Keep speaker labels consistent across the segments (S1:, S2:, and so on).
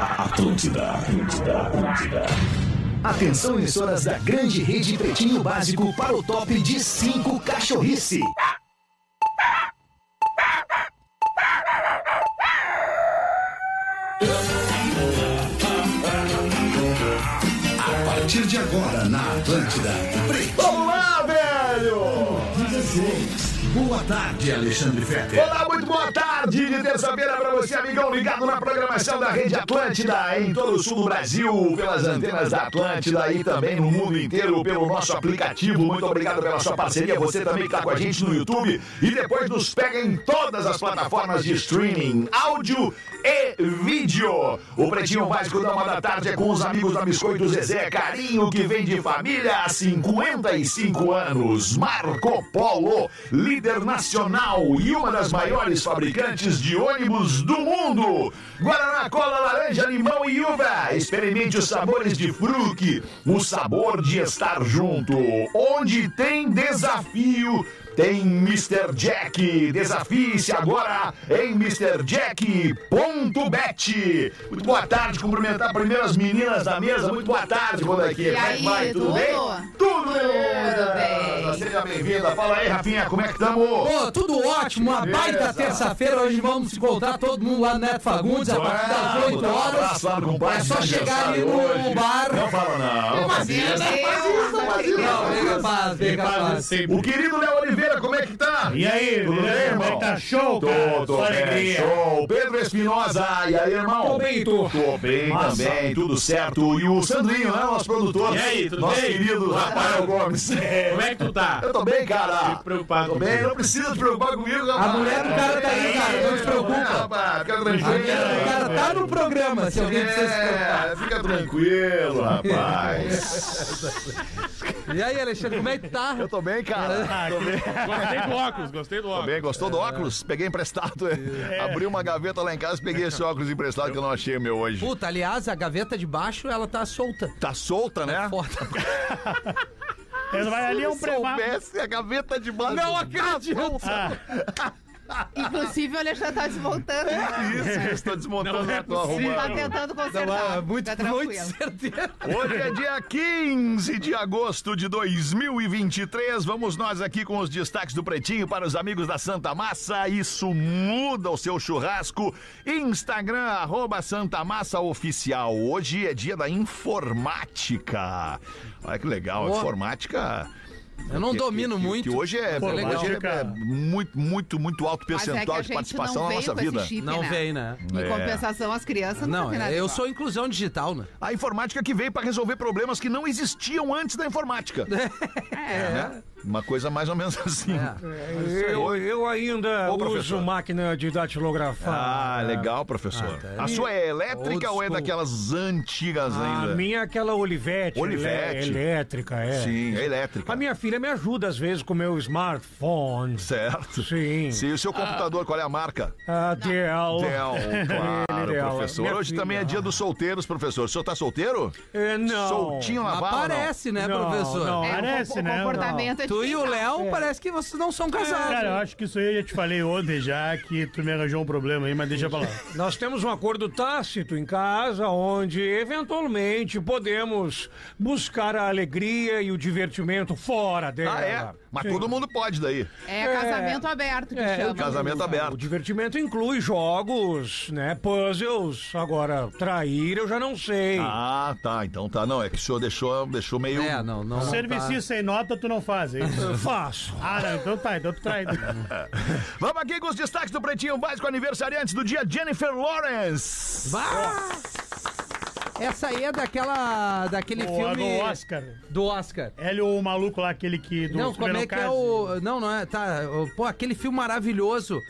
S1: Atlântida, Atlântida, Atlântida. Atenção, emissoras da grande rede Pretinho Básico para o top de 5 cachorrice. A partir de agora na Atlântida.
S2: Vamos lá, velho!
S1: 16. Boa tarde, Alexandre Fetter.
S2: Olá, muito boa tarde de terça-feira para você, amigão, ligado na programação da Rede Atlântida, em todo o sul do Brasil, pelas antenas da Atlântida e também no mundo inteiro, pelo nosso aplicativo. Muito obrigado pela sua parceria, você também que está com a gente no YouTube e depois nos pega em todas as plataformas de streaming, áudio e vídeo. O Pretinho Básico da Uma da Tarde é com os amigos da Biscoito Zezé, carinho que vem de família há 55 anos. Marco Polo, líder nacional e uma das maiores fabricantes de ônibus do mundo. Guaraná, cola, laranja, limão e uva. Experimente os sabores de fruque, o sabor de estar junto. Onde tem desafio, tem Mr. Jack. Desafie-se agora em MrJack.bet. Muito boa tarde, cumprimentar primeiro as meninas da mesa. Muito boa tarde, quando aqui.
S3: E aí,
S2: Tudo
S3: tudo?
S2: bem? Tudo
S3: bem.
S2: Seja bem-vinda. Fala aí, Rafinha, como é que estamos?
S4: Pô, tudo ótimo, uma baita terça-feira. Hoje vamos se encontrar todo mundo lá no Neto Fagundes a partir das 8 horas. É só chegar ali no bar.
S2: Não fala não.
S4: Não, bem capaz, bem capaz.
S2: O querido Léo Oliveira, como é que tá?
S5: E aí,
S2: Tudo bem,
S5: beleza? Como é
S2: irmão?
S5: que tá show, cara?
S2: Tô, tô
S5: Só
S2: bem,
S5: alegria.
S2: show. Pedro Espinosa, e aí, irmão?
S4: Tô bem, e tu?
S2: Tô bem
S5: Massa.
S2: também, tudo certo. E o Sandrinho, né, nosso produtor.
S5: E aí, tudo
S2: Nosso
S5: bem?
S2: querido Rafael Gomes.
S5: Como é que tu tá?
S2: Eu tô bem, cara.
S5: Fico preocupado
S2: Tô bem,
S5: contigo.
S2: não precisa te preocupar comigo, rapaz.
S4: A mulher do cara tá aí, cara, não se
S2: É,
S4: preocupa.
S2: rapaz, fica
S4: A
S2: tranquilo.
S4: mulher do cara tá no programa, se alguém precisa se preocupar.
S2: É, fica tranquilo, rapaz.
S4: E aí, Alexandre, como é que tá?
S2: Eu tô bem, cara. Tô bem.
S5: Gostei do óculos, gostei do
S2: Tô
S5: óculos.
S2: Ah, bem, gostou do óculos? Peguei emprestado.
S4: É.
S2: Abri uma gaveta lá em casa e peguei esse óculos emprestado que eu não achei o meu hoje.
S4: Puta, aliás, a gaveta de baixo, ela tá solta.
S2: Tá solta, né?
S4: Foda.
S5: Mas vai ali é um
S2: Se
S5: prevá.
S2: soubesse a gaveta de baixo.
S4: Não acredito!
S3: Inclusive, o Alexandre tá desmontando.
S2: Isso, eu estou desmontando
S5: Não é
S2: a tua
S5: possível.
S3: Tá
S2: arrumada.
S3: tentando consertar.
S2: é
S4: Ah, Muito,
S3: Tá
S4: muito
S3: tranquilo.
S4: certeza.
S2: Hoje é dia 15 de agosto de 2023. Vamos nós aqui com os destaques do Pretinho para os amigos da Santa Massa. Isso muda o seu churrasco. Instagram, arroba Santa Massa Oficial. Hoje é dia da informática. Olha que legal,
S4: Boa.
S2: informática.
S4: Eu não
S2: que-
S4: domino
S2: que- que-
S4: muito.
S2: Que hoje é,
S5: Informática.
S2: hoje é- é muito, muito, muito alto
S3: Mas é que
S2: percentual
S3: a
S2: de
S3: gente
S2: participação
S3: não
S2: na
S3: veio
S2: nossa
S3: com esse
S2: vida. É.
S3: chip,
S4: Não
S3: né?
S4: vem, né?
S3: Em compensação, as crianças não,
S4: Não, é,
S3: tem nada
S4: eu
S3: igual.
S4: sou inclusão digital, né?
S2: A informática que veio para resolver problemas que não existiam antes da informática.
S6: É.
S2: Né? Uma coisa mais ou menos assim.
S6: Eu, eu ainda
S2: Ô,
S6: uso
S2: professor.
S6: máquina de datilografar.
S2: Ah, legal, professor.
S4: tá.
S2: A sua é elétrica
S4: Old
S2: ou é
S4: school.
S2: daquelas antigas
S6: A
S2: ainda?
S6: minha é aquela Olivetti.
S2: Olivetti.
S6: ele- Elétrica, é.
S2: Sim, é elétrica.
S6: A minha filha me ajuda às vezes com o meu smartphone.
S2: Certo.
S6: Sim.
S2: Sim, o seu computador, qual é a marca?
S6: A Dell.
S2: Dell, claro,
S6: Ele, Dell.
S2: professor.
S6: Minha
S2: Hoje também é
S6: filha.
S2: dia dos solteiros, professor. O senhor tá solteiro?
S6: É, não.
S2: Soltinho na bala?
S4: Aparece, né,
S6: Não,
S4: professor?
S6: não.
S3: É, o
S5: Parece,
S3: compo-
S5: né?
S3: comportamento é
S4: Tu e o
S3: diferente.
S4: Léo parece que vocês não são casados.
S5: Cara, eu acho que isso aí eu já te falei ontem já, que tu me arranjou um problema aí, mas deixa pra lá.
S6: Nós temos um acordo tácito em casa onde, eventualmente, podemos buscar a alegria e o divertimento fora dela.
S2: Ah, é? Mas
S6: Sim. Tá
S2: todo mundo pode daí.
S3: É casamento aberto que
S6: É,
S3: chama.
S6: eu-
S2: Casamento aberto.
S6: O divertimento inclui jogos, né? Puzzles. Agora, trair eu já não sei.
S2: Ah, tá. Então tá. Não, é que o senhor deixou, deixou meio.
S4: É, não, não. não
S5: Serviço sem nota tu não faz, é isso?
S6: Eu faço.
S5: Ah, não, então tá, então tu tá indo.
S2: Vamos aqui com os destaques do Pretinho Básico aniversariante do dia Jennifer Lawrence.
S4: Bah! Essa aí é daquela. daquele
S5: O
S4: filme.
S5: do Oscar.
S4: Do Oscar.
S5: Ele o maluco lá, aquele que. Do
S4: não, como é que é o. Não, não é. Tá. o- Pô, aquele filme maravilhoso.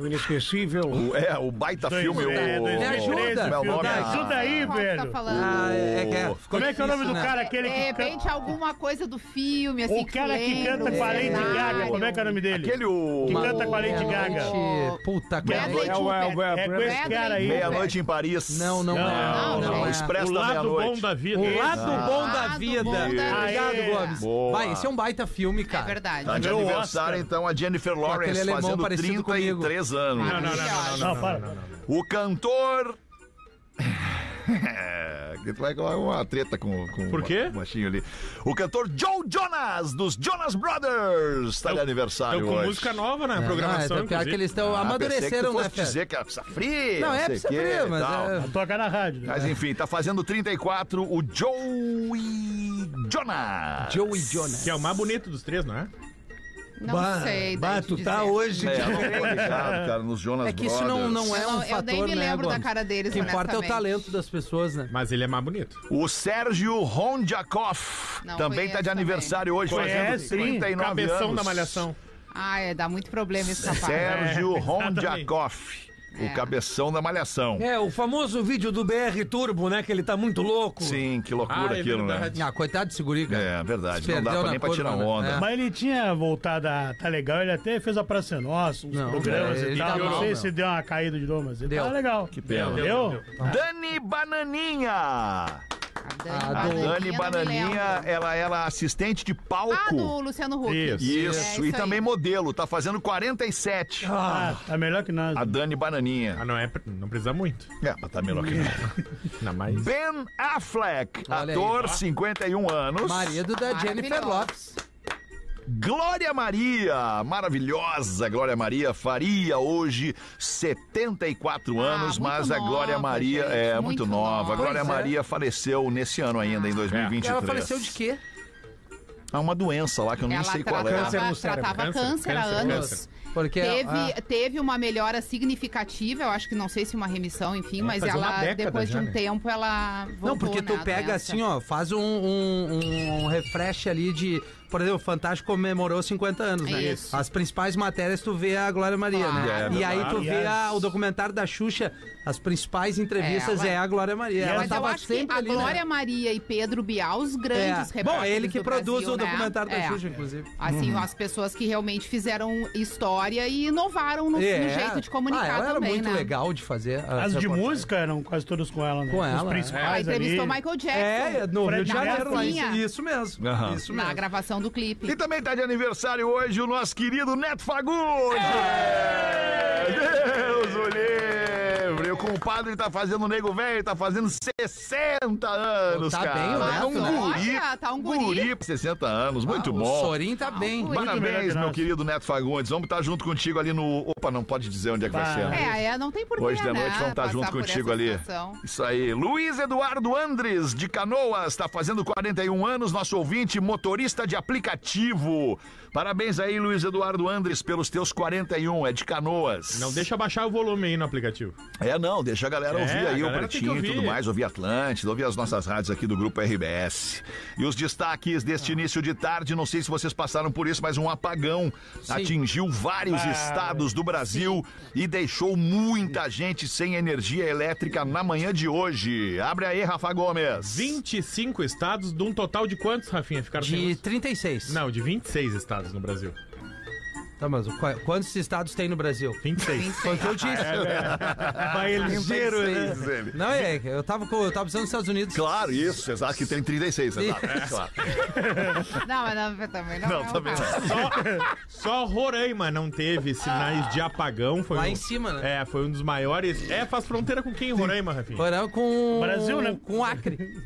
S6: O inesquecível.
S2: O- é, o baita
S5: Dois,
S2: filme.
S5: é,
S2: o...
S5: dois,
S4: Me
S5: três,
S4: ajuda.
S5: filme.
S2: Como é o nome?
S5: Me
S2: Ah,
S5: ajuda aí,
S3: Qual que tá
S5: velho.
S3: falando?
S4: Ah, é que é. ficou
S5: Como é que é o nome do
S4: difícil, né?
S5: cara? Aquele
S3: De
S5: que.
S3: repente,
S5: canta-
S3: alguma coisa do filme, assim.
S5: O cara que
S3: lembra,
S5: canta
S3: o
S5: com a Lady Gaga,
S3: cenário.
S5: como é que é o nome dele?
S2: Aquele o.
S5: Que canta com a Lady
S4: Meia
S5: Gaga.
S4: Noite- Puta, como é
S3: Bradley
S4: que
S6: É o- é o-
S3: Ah,
S6: é o-
S5: É com esse
S3: Bradley
S5: cara aí.
S3: Meia
S2: Meia-noite em Paris.
S4: Não, não,
S5: Não,
S4: é.
S3: não,
S4: Não,
S3: não.
S2: O
S4: é.
S2: Expresso
S5: O
S2: da
S5: lado bom
S2: Meia-Noite.
S5: da vida.
S4: O lado bom da
S3: Lado
S4: vida.
S3: bom da vida.
S4: Obrigado,
S5: Aê.
S4: Gomes.
S2: Boa.
S4: Vai, esse é um baita filme,
S3: É
S4: cara.
S3: verdade.
S2: Tá de
S5: Ganhou o
S2: aniversário,
S5: Oscar.
S2: então, a Jennifer
S4: aquele
S2: Lawrence
S4: alemão
S2: fazendo
S4: parecido
S2: 33 anos.
S5: Não, não, não, não, não, não, não, para.
S2: O cantor que tu vai colar uma treta com, com
S7: Por quê?
S2: o baixinho ali. O cantor Joe Jonas, dos Jonas Brothers,
S5: É
S2: tá de aniversário
S7: Então, com
S2: hoje.
S7: música nova na
S4: É,
S7: programação.
S4: não, é pior que
S7: inclusive.
S4: eles estão
S2: Ah, pensei que tu
S4: amadureceram, né,
S2: fosse
S4: Fé?
S2: dizer que é pizza fria,
S4: Não, é
S2: sei
S4: pizza
S2: quê
S4: fria,
S2: e
S4: mas
S2: tal.
S4: é-
S5: Toca na rádio. né?
S2: Mas enfim, tá fazendo 34 o Joey Jonas.
S4: Joey Jonas.
S7: Que é o mais bonito dos três, não é?
S3: Não sei. daí te
S6: Bato, tá
S3: dizer.
S6: hoje.
S2: É, eu não tô ligado, cara, nos Jonas
S4: É que isso não, não é
S3: Eu
S4: um
S3: não- eu
S4: fator,
S3: nem me
S4: né,
S3: lembro da
S4: Gomes?
S3: cara deles,
S4: O que importa é o
S3: honestamente.
S4: talento das pessoas, né?
S7: Mas ele é mais bonito.
S2: O Sérgio Rondjakov
S3: Não
S2: também
S3: conheço
S2: tá de
S3: também.
S2: aniversário hoje,
S5: Conhece,
S2: fazendo
S5: É, sim.
S2: 39
S7: Cabeção
S2: anos.
S7: da malhação.
S3: Ah, é, dá muito problema esse rapaz.
S2: Sérgio
S7: É,
S2: Rondjakov,
S3: É.
S2: o cabeção da malhação.
S6: É, o famoso vídeo do BR Turbo, né? Que ele tá muito louco.
S2: Sim, que loucura
S7: Ah, é
S2: aquilo, né?
S7: verdade.
S4: Ah, coitado de seguri, cara.
S2: É, verdade.
S4: Se
S2: não dá
S4: perdeu
S2: pra
S4: na
S2: nem pra
S4: curva,
S2: tirar
S4: né?
S2: onda.
S4: É.
S5: Mas ele tinha voltado a tá legal, ele até fez a Praça Nossa, uns
S4: Não,
S5: programas
S4: ele
S5: e tal.
S4: melhorou,
S5: Não sei
S4: meu.
S5: se deu uma caída de novo, mas ele
S4: Deu.
S5: tá legal. Que
S2: pena.
S5: Deu?
S2: Dani Bananinha.
S3: A
S4: Ah,
S2: A
S3: Dani
S2: Dani
S3: Bananinha, não me
S2: Bananinha,
S3: lembro.
S2: ela era assistente de
S3: Ah, do
S2: palco.
S3: Luciano Huck.
S7: Isso.
S2: Isso,
S3: É, isso
S2: e
S3: aí.
S2: também modelo, tá fazendo 47.
S5: Ah, tá melhor que nós.
S2: A Dani Bananinha.
S7: Ah, não, é, não precisa muito.
S2: É, mas tá melhor que nós.
S7: Ainda mais.
S2: Ben Affleck,
S4: Olha aí,
S2: ator,
S4: ó.
S2: 51 anos.
S4: Marido da Jennifer
S3: Maravilhosa.
S4: Lopes.
S2: Glória Maria, maravilhosa Glória Maria Faria hoje 74 anos,
S3: Ah, muito
S2: mas a
S3: nova,
S2: Glória Maria
S3: gente,
S2: é
S3: muito
S2: muito nova.
S3: nova. Ah.
S2: A Glória
S4: Pois é.
S2: Maria faleceu nesse ano ainda, em 2023.
S4: Ela faleceu de quê?
S2: Há É uma doença lá que eu nem
S3: Ela
S2: sei qual
S3: tratava,
S2: é.
S7: Câncer no cérebro,
S3: tratava
S7: câncer,
S3: câncer, há
S7: câncer,
S3: anos.
S7: câncer.
S4: Porque
S3: Teve,
S4: ah,
S3: teve uma melhora significativa, eu acho que não sei se uma remissão, enfim, mas
S7: fazia uma
S3: ela,
S7: década
S3: depois
S7: já,
S3: de um
S7: né?
S3: tempo, ela voltou,
S4: não, porque tu
S3: né, a
S4: pega
S3: doença.
S4: assim, ó, faz um, um, um- um refresh ali de. Por exemplo, o Fantástico comemorou 50 anos, né?
S3: Isso.
S4: As principais matérias tu vê a Glória Maria,
S3: Claro.
S4: né?
S2: É,
S4: e aí tu
S5: verdade.
S4: vê a- o documentário da Xuxa, as principais entrevistas
S3: Ela-
S4: é a Glória Maria. Ela
S3: Mas eu
S4: tava
S3: acho que
S4: sempre
S3: a
S4: ali.
S3: Glória
S4: né?
S3: Maria e Pedro Bial, os grandes
S4: é.
S3: repórteres
S4: Bom, é ele que
S3: do
S4: produz
S3: Brasil,
S4: o
S3: né?
S4: documentário da
S3: É.
S4: Xuxa, inclusive.
S3: Assim, as pessoas que realmente fizeram história e inovaram no, no
S4: É.
S3: Um jeito de comunicar
S4: ah, ela
S3: também,
S4: era muito
S3: né?
S4: legal de fazer.
S5: As de
S4: reportagens.
S5: música eram quase todas com ela, né?
S4: Com
S5: Os
S4: ela,
S3: Ela
S5: principais ali.
S3: entrevistou Michael Jackson.
S4: É, no
S5: Fred
S4: Rio de Janeiro, lá em-
S3: Gracinha.
S4: Isso mesmo.
S2: Aham.
S4: Isso
S3: Na
S4: mesmo.
S3: gravação do clipe.
S2: E também tá de aniversário hoje o nosso querido Neto Fagundes. Deus o livre. O compadre tá fazendo o nego velho, tá fazendo 60 anos,
S4: Tá
S2: cara.
S4: bem o
S2: tá
S4: Neto,
S2: um
S4: né?
S2: guri,
S3: Olha, tá um guri.
S2: 60 anos, muito
S4: Ah, O
S2: bom.
S4: Sorin tá bem.
S3: Muito
S5: melhor
S2: Parabéns,
S5: que
S2: meu
S5: nós.
S2: querido Neto Fagundes. Vamos estar junto contigo ali no. Opa, não pode dizer onde é que vai
S5: Vai.
S2: ser. né?
S3: É, é, não tem porquê,
S2: Hoje da
S3: né,
S2: noite vamos estar
S3: passar
S2: junto
S3: por
S2: contigo
S3: essa
S2: ali.
S3: situação.
S2: Isso aí. Luiz Eduardo Andres, de Canoas, está fazendo 41 anos, nosso ouvinte, motorista de aplicativo. Parabéns aí, Luiz Eduardo Andres, pelos teus 41. É de Canoas.
S7: Não deixa baixar o volume aí no aplicativo.
S2: É, não, deixa a galera
S7: É,
S2: ouvir aí
S7: a
S2: o
S7: galera tem que
S2: Pretinho e
S7: ouvir.
S2: tudo mais, ouvir Atlântida, ouvir as nossas rádios aqui do Grupo RBS. E os destaques deste início de tarde, não sei se vocês passaram por isso, mas um apagão atingiu vários
S7: Ah,
S2: estados do Brasil e deixou muita gente sem energia elétrica na manhã de hoje. Abre aí, Rafa Gomes.
S7: 25 estados, de um total de quantos, Rafinha? Ficaram sem
S4: De
S7: luz?
S4: 36.
S7: Não, de 26 estados no Brasil.
S4: Tá, mas o qua- quantos estados tem no Brasil?
S7: 26.
S4: Foi o que eu disse.
S5: Ah,
S6: Baileiro, né?
S2: ele.
S4: Não, é, eu tava, com, eu tava pensando nos Estados Unidos.
S2: Claro, isso, exato, que tem 36, exato. Claro.
S3: Não, mas não, também não.
S2: Não,
S3: é um
S2: também
S3: caso.
S2: não.
S7: Só, só Roraima não teve sinais de apagão. Foi
S4: Lá
S7: um-
S4: em cima, né?
S7: É, foi um dos maiores. É, faz fronteira com quem, Roraima, Rafinha?
S4: Porão com.
S5: Brasil, né?
S4: Com Acre.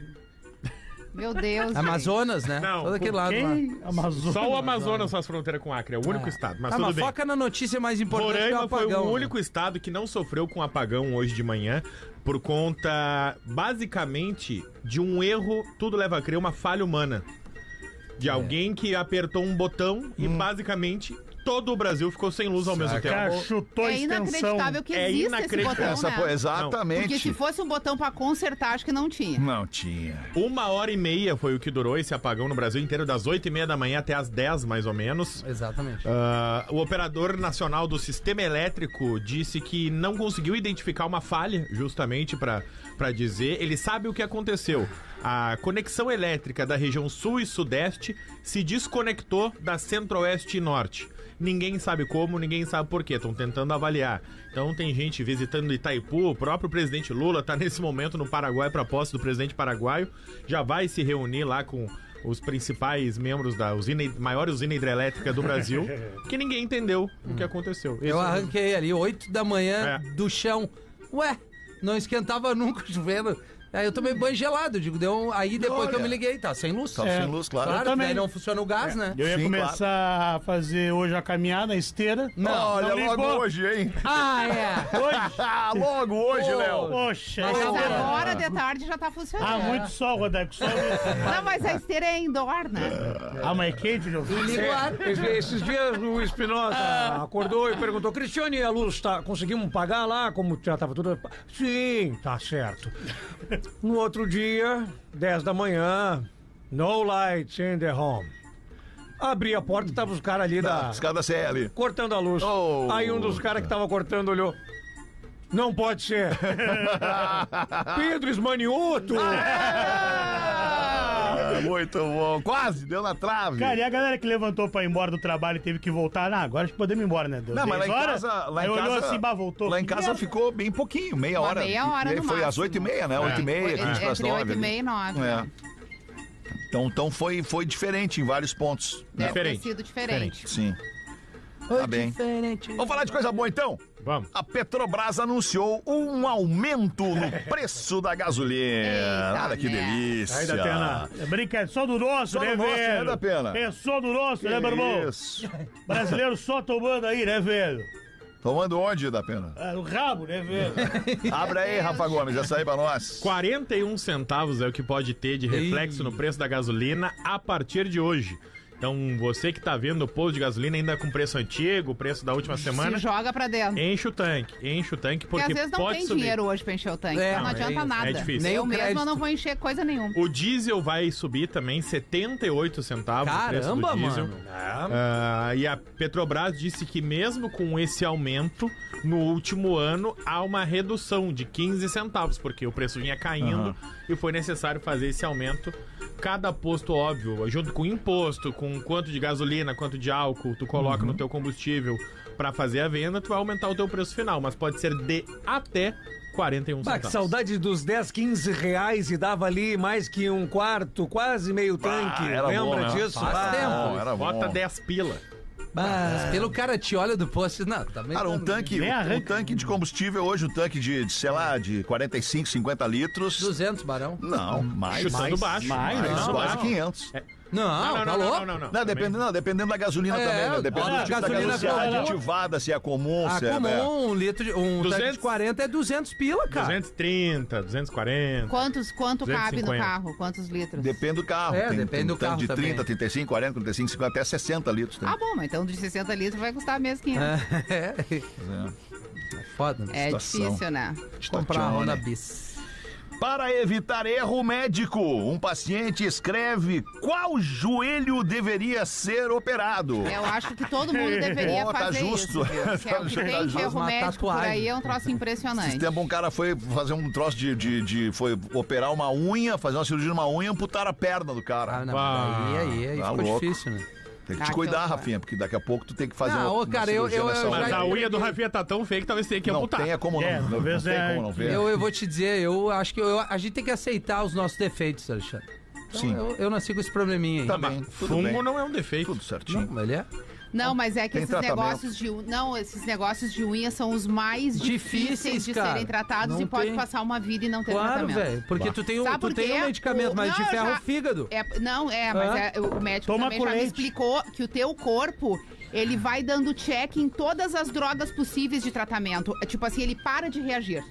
S3: Meu Deus.
S4: Amazonas, né?
S7: Não,
S4: Todo aquele lado lá. É.
S5: Quem? Amazonas.
S7: Só o Amazonas faz fronteira com Acre, é o único estado, mas
S4: Tá,
S7: tudo
S4: mas
S7: bem.
S4: foca na notícia mais importante que é o
S7: Roraima foi
S4: apagão.
S7: o
S4: né?
S7: único estado que não sofreu com apagão hoje de manhã por conta, basicamente, de um erro, tudo leva a crer, uma falha humana. De
S4: É.
S7: alguém que apertou um botão
S4: Hum.
S7: e, basicamente, todo o Brasil ficou sem luz ao mesmo tempo.
S5: Cara, chutou a
S3: É
S5: extensão.
S3: inacreditável que
S7: É
S3: exista
S7: inacreditável.
S3: esse
S2: Essa
S3: botão,
S2: foi-
S3: né?
S2: exatamente.
S3: Porque se fosse um botão pra consertar, acho que não tinha.
S2: Não tinha.
S7: Uma hora e meia foi o que durou esse apagão no Brasil inteiro, das oito e meia da manhã até as 10, mais ou menos.
S4: Exatamente.
S7: Ah, o operador nacional do sistema elétrico disse que não conseguiu identificar uma falha, justamente para dizer. Ele sabe o que aconteceu. A conexão elétrica da região sul e sudeste se desconectou da centro-oeste e norte. Ninguém sabe como, ninguém sabe por quê. Estão tentando avaliar. Então tem gente visitando Itaipu, o próprio presidente Lula está nesse momento no Paraguai para posse do presidente paraguaio. Já vai se reunir lá com os principais membros da usina, maior usina hidrelétrica do Brasil, que ninguém entendeu o que aconteceu. Esse é
S4: Eu
S7: o-
S4: arranquei ali, 8 da manhã
S7: É.
S4: do chão. Ué, não esquentava nunca o chuveiro. Aí eu tomei banho gelado, eu digo, deu um... aí depois que eu
S2: Olha.
S4: me liguei, tá sem luz.
S2: Tá sem luz, claro. É.
S4: Claro,
S5: Eu também.
S4: daí não funciona o gás, né?
S5: Eu ia
S2: Sim,
S5: começar a fazer hoje a caminhada, a esteira.
S2: Olha,
S5: não
S2: logo
S5: ligou.
S2: hoje, hein?
S4: Ah, é.
S5: Hoje?
S2: logo hoje,
S4: Pô.
S2: Léo.
S5: Poxa.
S4: Mas
S5: eu-
S3: Mas tá
S4: Agora.
S3: agora de tarde já tá funcionando.
S5: Ah, muito sol, Rodaico. Sol.
S3: Não, mas a esteira é indoor, né?
S5: ah, mas é quente, não.
S6: É, es- esses dias o
S4: Ah.
S6: Espinosa acordou e perguntou: Cristiane, a luz tá. Conseguimos pagar lá? Como já tava tudo. Sim, tá certo. No outro dia, 10 da manhã, no lights in the home. Abri a porta e tava os caras ali da.
S2: Escada CL.
S6: cortando a luz.
S2: Oh.
S6: Aí um dos caras que tava cortando olhou. Não pode ser. Pedro Esmanioto.
S2: É, Ah, muito bom. Quase, deu na trave.
S5: Cara, e a galera que levantou pra ir embora do trabalho e teve que voltar? Ah, agora acho que podemos ir embora, né? Deu
S2: Não, mas lá
S5: 10
S2: em
S5: horas,
S2: casa. Lá
S5: aí
S2: em
S5: olhou
S2: casa,
S5: assim, bah, voltou.
S2: Lá em
S5: Que
S2: casa
S5: merda.
S2: ficou bem pouquinho, meia
S3: Uma
S2: hora.
S3: meia hora
S2: E aí
S3: no
S2: foi às
S3: máximo. É.
S2: oito e meia, né? Oito e meia,
S3: Foi-
S2: quinze
S3: entre
S2: para as nove.
S3: oito e
S2: ali.
S3: meia e nove.
S2: É. Então, então foi, foi diferente em vários pontos. né?
S3: Deve
S7: Diferente.
S3: ter sido diferente.
S2: Sim. Tá bem. Vamos falar de coisa boa então?
S7: Vamos.
S2: A Petrobras anunciou um aumento no preço da gasolina.
S3: Eita
S2: Olha que
S3: merda.
S2: delícia.
S5: Aí da pena. Brincadeira, é só do nosso,
S2: Só do
S5: né,
S2: nosso,
S5: velho?
S2: né, da pena?
S5: É só do nosso, né, meu irmão?
S2: Isso.
S5: Brasileiro só tomando aí, né, velho?
S2: Tomando onde, da pena?
S5: Ah, O rabo, né, velho?
S3: É
S2: Abre aí, Rafa Gomes, essa aí pra nós.
S7: 41 centavos é o que pode ter de reflexo no preço da gasolina a partir de hoje. Então, você que tá vendo o posto de gasolina ainda com preço antigo, preço da última semana,
S3: Se joga pra dentro.
S7: enche o tanque, enche o tanque
S3: Porque
S7: porque
S3: às vezes não
S7: pode
S3: tem
S7: subir.
S3: dinheiro hoje pra encher o tanque.
S4: É,
S3: então
S4: não,
S3: não
S4: é
S3: adianta
S4: isso, é
S3: nada.
S7: difícil.
S4: Nem
S3: eu
S4: o
S3: mesma
S4: crédito.
S3: não vou encher coisa nenhuma.
S7: O diesel vai subir também 78 centavos o preço
S4: Caramba,
S7: do diesel.
S4: mano.
S7: Ah, e a Petrobras disse que mesmo com esse aumento, no último ano há uma redução de 15 centavos, porque o preço vinha caindo e foi necessário fazer esse aumento. Cada posto, óbvio, junto com o imposto, com quanto de gasolina, quanto de álcool tu coloca
S6: Uhum.
S7: no teu combustível pra fazer a venda, tu vai aumentar o teu preço final, mas pode ser de até 41
S6: Bah,
S7: centavos.
S6: que saudade dos 10, 15 reais e dava ali mais que um quarto, quase meio tanque.
S2: era
S6: Lembra
S2: bom, né?
S6: disso?
S4: Faz
S6: Bah.
S4: tempo.
S2: Bom, era
S7: Bota
S2: Tá bom.
S7: 10 pila.
S4: Mas pelo cara te olha do posto, não, também.
S2: Cara, um
S4: tá-
S2: tanque,
S5: Nem
S2: um
S5: arranca.
S2: tanque de combustível hoje, um tanque de, de, sei lá, de 45, 50 litros.
S4: 200 barão.
S2: Não, mais.
S7: Chutando
S2: mais,
S7: baixo.
S2: mais,
S7: Não, não,
S2: quase
S7: não.
S4: É,
S2: 500.
S4: Não, tá louco?
S2: Não, dependendo, não, dependendo da gasolina
S4: É,
S2: também, né? Dependendo
S4: olha,
S2: do tipo da
S4: gasolina
S2: gasolina, se é
S4: comum.
S2: aditivada, se é comum,
S4: A
S2: se é...
S4: comum,
S2: né?
S4: um litro de. Um tanque de
S7: 200.
S4: 40 é 200 pila, cara.
S7: 230, 240.
S3: Quantos, quanto cabe no
S7: 250.
S3: carro? Quantos litros?
S2: Depende do carro. um
S4: É, depende do
S2: tanque
S4: carro
S2: de 30,
S4: também.
S2: 35, 40, 45, 50, até 60 litros. Tem.
S3: Ah, bom, mas então de 60 litros vai custar mesmo 500.
S4: É. É foda, né?
S3: É
S2: situação.
S3: difícil, né?
S4: Comprar uma
S2: Tatiana.
S4: Honda Bis.
S2: Para evitar erro médico, um paciente escreve qual joelho deveria ser operado.
S3: Eu acho que todo mundo deveria
S2: Pô, tá
S3: fazer
S2: justo.
S3: isso. viu? Que é o que
S2: Tá
S3: tem
S2: justo.
S3: de erro
S4: Uma
S3: médico por
S4: tatuagem.
S3: aí é um troço
S2: Esse
S3: impressionante.
S2: tempo um cara foi fazer um troço de, de, de- Foi operar uma unha, fazer uma cirurgia numa unha, amputar a perna do
S4: Ah,
S2: cara.
S4: não,
S7: Bah,
S4: mas aí, aí, aí
S2: tá
S4: ficou
S2: louco.
S4: difícil, né?
S2: Tem que
S3: Ah,
S2: te
S3: que
S2: cuidar,
S3: horror.
S2: Rafinha, porque daqui a pouco tu tem que fazer
S4: Não,
S2: uma
S4: ô, cara, eu-
S2: cirurgia
S4: eu-
S2: nessa
S4: eu
S2: unha.
S7: Mas
S4: já-
S7: a unha do Rafinha tá tão feia que talvez tenha que
S2: Não,
S7: amputar.
S2: tenha como não.
S5: É,
S2: não,
S5: talvez
S2: tem
S5: é-
S2: como não ver.
S4: Eu, eu vou te dizer, eu acho que eu- a gente tem que aceitar os nossos defeitos, Alexandre. Então,
S2: Sim.
S4: Eu, eu nasci com esse probleminha aí.
S2: Tá
S7: Mas
S2: bem, tudo
S7: fungo
S2: bem.
S7: não é um defeito.
S2: Tudo certinho.
S4: Não, ele é
S3: Não, mas é que
S2: Tem
S3: esses
S2: tratamento.
S3: negócios de u- não, esses negócios de unha são os mais
S4: Difíceis,
S3: difíceis, de
S4: cara.
S3: serem tratados
S4: Não
S3: e pode
S4: tem.
S3: passar uma vida e não ter
S4: Claro,
S3: tratamento.
S4: velho. Porque
S2: Bah.
S4: tu tem, um,
S3: Sabe
S4: tu
S3: por
S4: tem
S3: quê?
S4: um medicamento,
S3: O-
S4: mas de
S3: não, eu
S4: ferro
S3: já-
S4: o fígado.
S3: É, não, é, mas
S4: Ah.
S3: é, o médico
S5: Toma
S3: também
S5: com
S3: já me
S5: leite.
S3: explicou que o teu corpo, ele vai dando check em todas as drogas possíveis de tratamento. É, Tipo assim, ele para de reagir.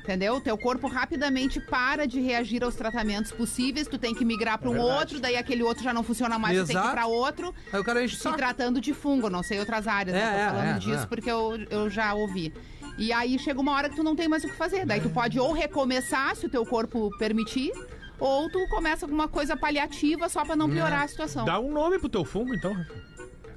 S3: Entendeu? O teu corpo rapidamente para de reagir aos tratamentos possíveis. Tu tem que migrar para um
S5: É
S3: outro, daí aquele outro já não funciona mais, tu tem que
S4: Exato.
S3: ir para outro.
S4: Aí o cara enche o
S3: É. Se
S4: saco.
S3: tratando de fungo, não sei outras áreas,
S4: É,
S3: né?
S4: é,
S3: Tô falando
S4: é,
S3: disso
S4: é.
S3: porque eu, eu já ouvi. E aí chega uma hora que tu não tem mais o que fazer. Daí tu pode ou recomeçar, se o teu corpo permitir, ou tu começa alguma coisa paliativa só pra
S4: Né?
S3: não piorar a situação.
S7: Dá um nome pro teu fungo, então, Rafinha.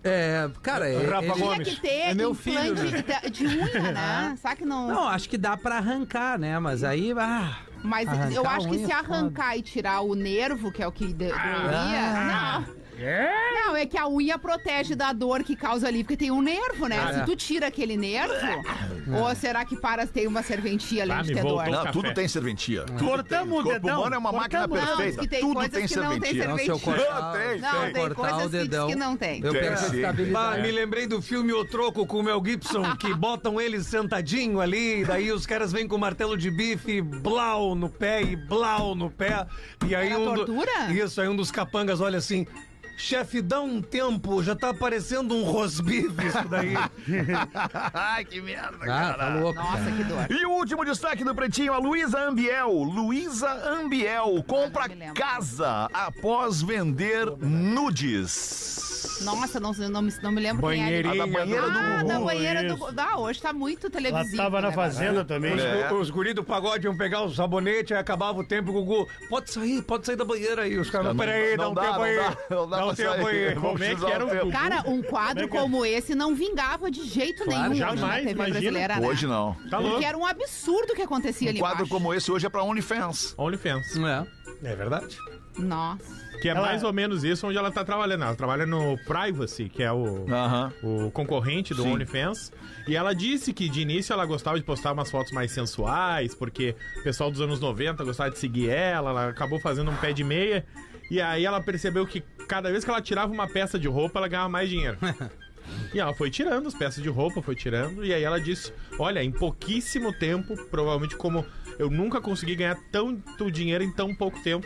S4: É, cara, é.
S7: Rafa
S4: ele-
S7: Gomes.
S3: Tinha que ter
S4: É meu
S3: implante
S4: filho, né?
S3: de- de unha, né? Sabe que não...
S4: Não, acho que dá pra arrancar, né? Mas aí. Ah,
S3: Mas eu
S4: arrancar
S3: acho
S4: a
S3: que
S4: unha
S3: se
S4: é foda. Ah.
S3: arrancar e tirar o nervo, que é o que de- doía... Não... Não, é que a unha protege da dor que causa ali, porque tem um nervo, né?
S6: Ah,
S3: Se
S6: é.
S3: tu tira aquele nervo,
S4: Ah.
S3: ou será que para tem uma serventia ali
S7: Ah,
S3: de
S7: me
S3: ter dor?
S7: voltou.
S2: Não,
S7: Café.
S2: tudo tem serventia. Tudo
S5: Cortamos
S2: tem.
S5: o
S2: corpo
S5: dedão,
S2: humano é uma máquina
S5: cortamos.
S3: Não, diz
S2: perfeita.
S3: que tem
S2: tudo
S3: coisas
S2: tem
S3: que não tem
S2: serventia.
S3: serventia.
S4: Não, se eu cortar,
S2: Tem,
S4: se eu
S3: tem. Tem
S4: cortar
S3: coisas
S4: o
S3: que diz
S4: dedão.
S3: que não tem.
S4: Eu
S2: Tem
S4: perco a
S2: sim. É.
S6: Bah, me
S4: estabilidade.
S6: lembrei do filme O Troco com o Mel Gibson, que botam ele sentadinho ali, daí os caras vêm com martelo de bife, e blau no pé e blau no pé. E aí
S3: Era
S6: um do-
S3: tortura?
S6: Isso, aí um dos capangas olha assim. Chefe, dá um tempo, já tá parecendo um rosbife isso daí.
S2: Ai, que merda,
S4: Ah, tá louco. cara.
S3: Nossa, que dor.
S2: E o último destaque do Pretinho, a Luísa Ambiel. Luísa Ambiel compra
S3: Ah, não me lembro.
S2: casa após vender nudes.
S3: Nossa, não, não, me, não me lembro
S2: A
S3: quem
S2: da
S3: era.
S2: banheira do
S3: Ah, da
S5: Gugu,
S3: banheira do
S5: isso.
S3: Gugu. Ah, hoje tá muito
S5: Ela
S3: televisivo.
S5: tava na
S3: né, cara?
S5: fazenda também.
S2: É.
S6: O- Os guri do pagode iam pegar o sabonete, aí acabava o tempo, Gugu. Pode sair, pode sair da banheira aí. Os caras, não, peraí, dá um
S2: dá,
S6: tempo
S2: não
S6: aí.
S2: dá, não dá
S6: Dá
S2: pra
S6: um tempo
S2: sair.
S6: aí.
S2: Vamos
S5: Como é que
S2: precisar
S5: era
S2: um
S5: o
S2: tempo.
S5: Gugu?
S3: Cara, um quadro
S5: Como é que é?
S3: como esse não vingava de jeito
S4: Claro,
S3: nenhum hoje na
S5: jamais,
S3: TV
S5: imagina.
S3: brasileira, né?
S2: Hoje não.
S5: Tá louco.
S3: Porque era um absurdo o que acontecia
S2: Um
S3: ali
S2: quadro
S3: embaixo.
S2: como esse hoje é pra OnlyFans.
S7: OnlyFans.
S4: É.
S6: É verdade.
S3: Nossa.
S7: Que é
S5: Ela-
S7: mais ou menos isso onde ela tá trabalhando. Ela trabalha no Privacy, que é o,
S2: Aham.
S7: o concorrente do
S2: Sim.
S7: OnlyFans. E ela disse que de início ela gostava de postar umas fotos mais sensuais, porque o pessoal dos anos 90 gostava de seguir ela. Ela acabou fazendo um pé de meia. E aí ela percebeu que cada vez que ela tirava uma peça de roupa, ela ganhava mais dinheiro. E ela foi tirando as peças de roupa, foi tirando. E aí ela disse: Olha, em pouquíssimo tempo, provavelmente como eu nunca consegui ganhar tanto dinheiro em tão pouco tempo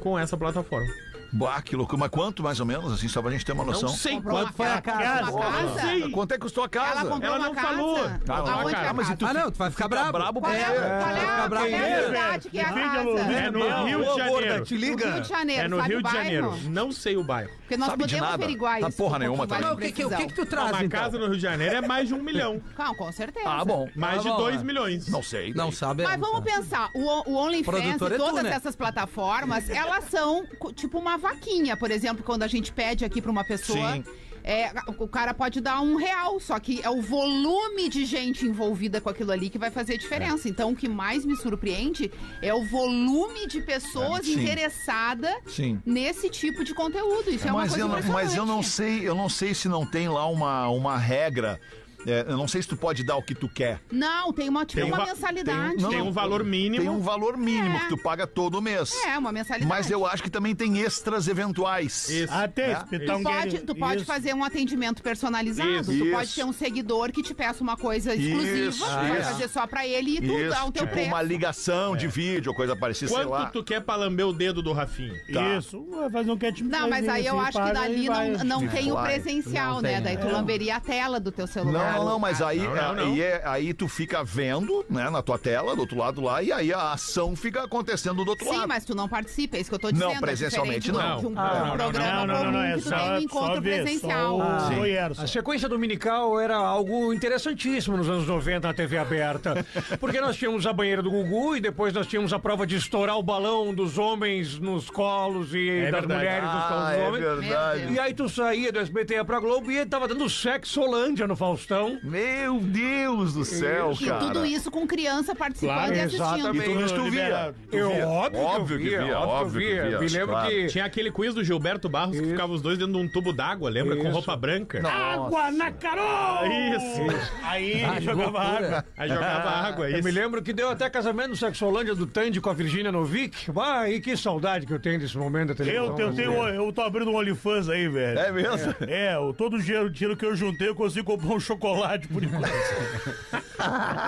S7: com essa plataforma.
S2: Bah, que loucura. Mas quanto mais ou menos, assim, só pra gente ter uma noção?
S7: Não sei
S3: Comprou
S7: quanto
S3: uma
S7: foi a
S3: casa,
S7: casa.
S3: uma casa?
S7: Não sei.
S2: Quanto é que custou a casa?
S3: Ela comprou
S7: Ela
S3: uma
S7: não
S3: casa?
S7: falou.
S2: Ah,
S3: Aonde
S2: cara,
S3: é a
S2: mas e
S3: casa?
S2: tu-
S4: Ah, não, tu vai ficar brabo.
S2: brabo
S3: Qual é,
S2: porque-
S3: qual é,
S4: Fica
S3: qual
S4: bravo
S3: é
S4: com
S3: a
S4: ele,
S3: cidade que é a
S5: Defende a
S3: casa?
S5: Lu.
S7: É no Rio
S6: Ô,
S7: de
S6: gorda,
S7: Janeiro.
S6: te
S3: No Rio
S6: liga.
S3: de Janeiro,
S7: É no
S3: sabe
S7: Rio
S3: o
S7: de
S3: bairro?
S7: Janeiro. Não sei o bairro.
S3: Porque nós
S2: Sabe de
S3: podemos
S2: nada.
S3: averiguar
S2: Tá
S3: isso.
S2: porra
S3: um
S2: nenhuma,
S3: pouquinho
S2: Mas
S4: Mas
S3: mais
S4: o que, que,
S3: de
S4: o que, que
S3: precisão.
S4: tu traz,
S7: Uma
S4: então?
S7: casa no Rio de Janeiro é mais de um milhão.
S3: Calma, com certeza.
S2: Ah, bom.
S7: Mais
S4: Tá
S7: de
S4: bom,
S7: dois
S4: é.
S7: milhões.
S2: Não sei.
S4: Não sabe. é
S3: Mas
S4: não
S3: vamos
S4: sabe.
S3: pensar, o, o OnlyFans
S4: Produtor
S3: e
S4: é tu,
S3: todas
S4: né?
S3: essas plataformas, elas são co- tipo uma vaquinha, por exemplo, quando a gente pede aqui pra uma pessoa.
S2: Sim.
S3: é, o cara pode dar um real, só que é o volume de gente envolvida com aquilo ali que vai fazer a
S2: É.
S3: diferença. Então, o que mais me surpreende é o volume de pessoas
S2: É, sim.
S3: interessadas
S2: Sim.
S3: nesse tipo de conteúdo. Isso é, uma
S2: mas,
S3: coisa
S2: eu não, mas eu não
S3: impressionante.
S2: sei, eu não sei se não tem lá uma, uma regra. É, eu não sei se tu pode dar o que tu quer.
S3: Não, tem uma, tipo,
S7: Tem
S3: uma
S7: uma-
S3: mensalidade.
S7: tem um valor mínimo.
S2: Tem um valor mínimo
S3: É.
S2: que tu paga todo mês.
S3: É, uma mensalidade.
S2: Mas eu acho que também tem extras eventuais.
S7: Isso.
S2: É.
S5: Até espetar um
S3: Tu pode,
S5: guerreiro.
S3: tu pode
S5: Isso.
S3: fazer um atendimento personalizado,
S2: Isso.
S3: tu
S2: Isso.
S3: pode ter um seguidor que te peça uma coisa exclusiva,
S2: Isso,
S3: tu vai
S2: isso.
S3: fazer só pra ele e tu dá
S2: Isso,
S3: o teu
S2: tipo
S3: preço.
S2: uma ligação de vídeo, coisa parecida, sei lá.
S7: É. Quanto tu quer pra lamber o dedo do Rafinho?
S2: Tá.
S5: Isso, vai fazer um cat
S3: Não, mas aí eu acho que dali não, não tem o
S2: Vai.
S3: presencial,
S4: Não
S3: né?
S4: tem,
S3: Daí
S4: né?
S3: tu lamberia a tela do teu
S2: Não, não,
S3: celular.
S2: não, mas aí,
S7: Não, não, não.
S2: Aí, é- aí tu fica vendo, né, na tua tela, do outro lado lá, e aí a ação fica acontecendo do outro
S3: Sim,
S2: lado.
S3: mas tu não participa, é isso que eu tô
S2: Não,
S3: dizendo. é
S2: presencialmente
S3: diferente de um-
S7: não.
S3: De um, um
S7: Ah, não,
S5: Não,
S3: programa
S5: não, não, não, é
S3: comum que tu tem
S5: só,
S3: um
S5: só
S3: encontro
S5: ver,
S3: presencial.
S5: só o
S2: Sim.
S5: voyeur,
S6: A
S5: só.
S6: sequência dominical era algo interessantíssimo nos anos 90 na TV aberta. Porque nós tínhamos a banheira do Gugu e depois nós tínhamos a prova de estourar o balão dos homens nos colos e das
S7: verdade.
S6: mulheres nos colos
S2: Ah,
S6: dos
S2: é
S6: homens.
S2: verdade.
S6: E aí tu saía do SBT ia pra Globo e ele tava dando sexolândia no Faustão.
S2: Meu Deus do céu,
S3: E
S2: cara.
S3: tudo isso com criança participando
S5: Claro,
S3: e assistindo.
S2: E tudo isso tu via.
S5: Liberado.
S2: Tu
S6: eu,
S2: via.
S6: óbvio, que eu via, óbvio que eu via. Me lembro
S2: claro.
S6: que...
S7: Tinha aquele quiz do Gilberto Barros que ficava os dois dentro de um tubo d'água, lembra? Com
S6: Isso.
S7: roupa branca.
S5: Água na carol!
S7: Isso.
S5: Aí
S4: Ah,
S5: jogava
S4: loucura.
S5: água.
S7: Aí jogava água,
S6: Eu
S7: isso.
S6: me lembro que deu até casamento no Sexolândia do Tandy com a Virgínia Novick. Ah, e que saudade que eu tenho desse momento da televisão. né?
S5: Eu, eu, tenho, eu tô abrindo um OnlyFans aí, velho.
S2: É mesmo?
S5: É, eu, todo o dinheiro, dinheiro que eu juntei, eu consigo comprar um chocolate por enquanto.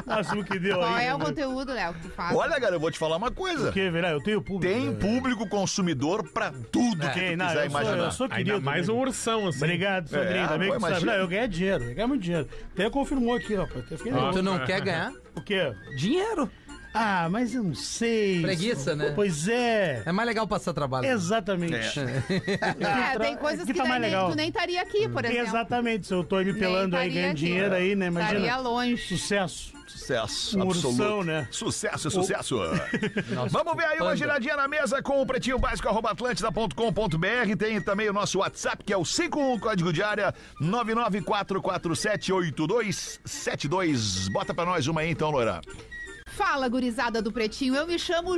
S5: Nossa, o que deu
S3: Qual
S5: aí.
S3: é o
S5: né?
S3: conteúdo, Léo, que tu faz?
S2: Olha, cara, eu vou te falar uma coisa.
S5: Porque, velho, Ah, eu tenho público.
S2: Tem
S5: né?
S2: público consumidor pra tudo que
S5: Tem,
S2: tu
S5: não,
S2: quiser
S5: eu sou,
S2: imaginar.
S5: eu sou querido.
S7: Ainda mais um
S5: velho.
S7: ursão, assim.
S5: Obrigado, Sandrinho.
S2: É,
S5: Ainda bem
S2: pô,
S5: que tu sabe.
S2: imagina.
S5: Não, eu ganhei dinheiro, eu ganhei muito dinheiro. Até confirmou aqui, rapaz. Até fiquei
S2: Ah.
S5: nervoso.
S4: Tu não quer ganhar
S5: O quê?
S4: dinheiro.
S5: Ah, mas eu não sei.
S4: Preguiça, né?
S5: Pois é.
S4: É mais legal passar trabalho.
S5: Exatamente.
S3: É, tem
S5: tra-
S3: coisas
S5: que
S3: que,
S5: tá mais
S3: daí nem-
S5: legal. Hum.
S3: tu nem estaria aqui, por exemplo.
S5: Exatamente. Se eu tô aí me pelando aí,
S3: estaria
S5: ganhando
S3: aqui.
S5: dinheiro aí, né?
S3: Estaria
S5: Imagina.
S3: longe.
S5: Sucesso.
S2: Sucesso,
S5: Um
S2: absoluto.
S5: ursão, né?
S2: Sucesso, é sucesso. Vamos ver aí uma
S4: panda.
S2: giradinha na mesa com o pretinho básico arroba atlântida.com.br. Tem também o nosso WhatsApp, que é o 51 código de área 994478272. Bota pra nós uma aí então, Loira.
S3: Fala, gurizada do Pretinho. Eu me chamo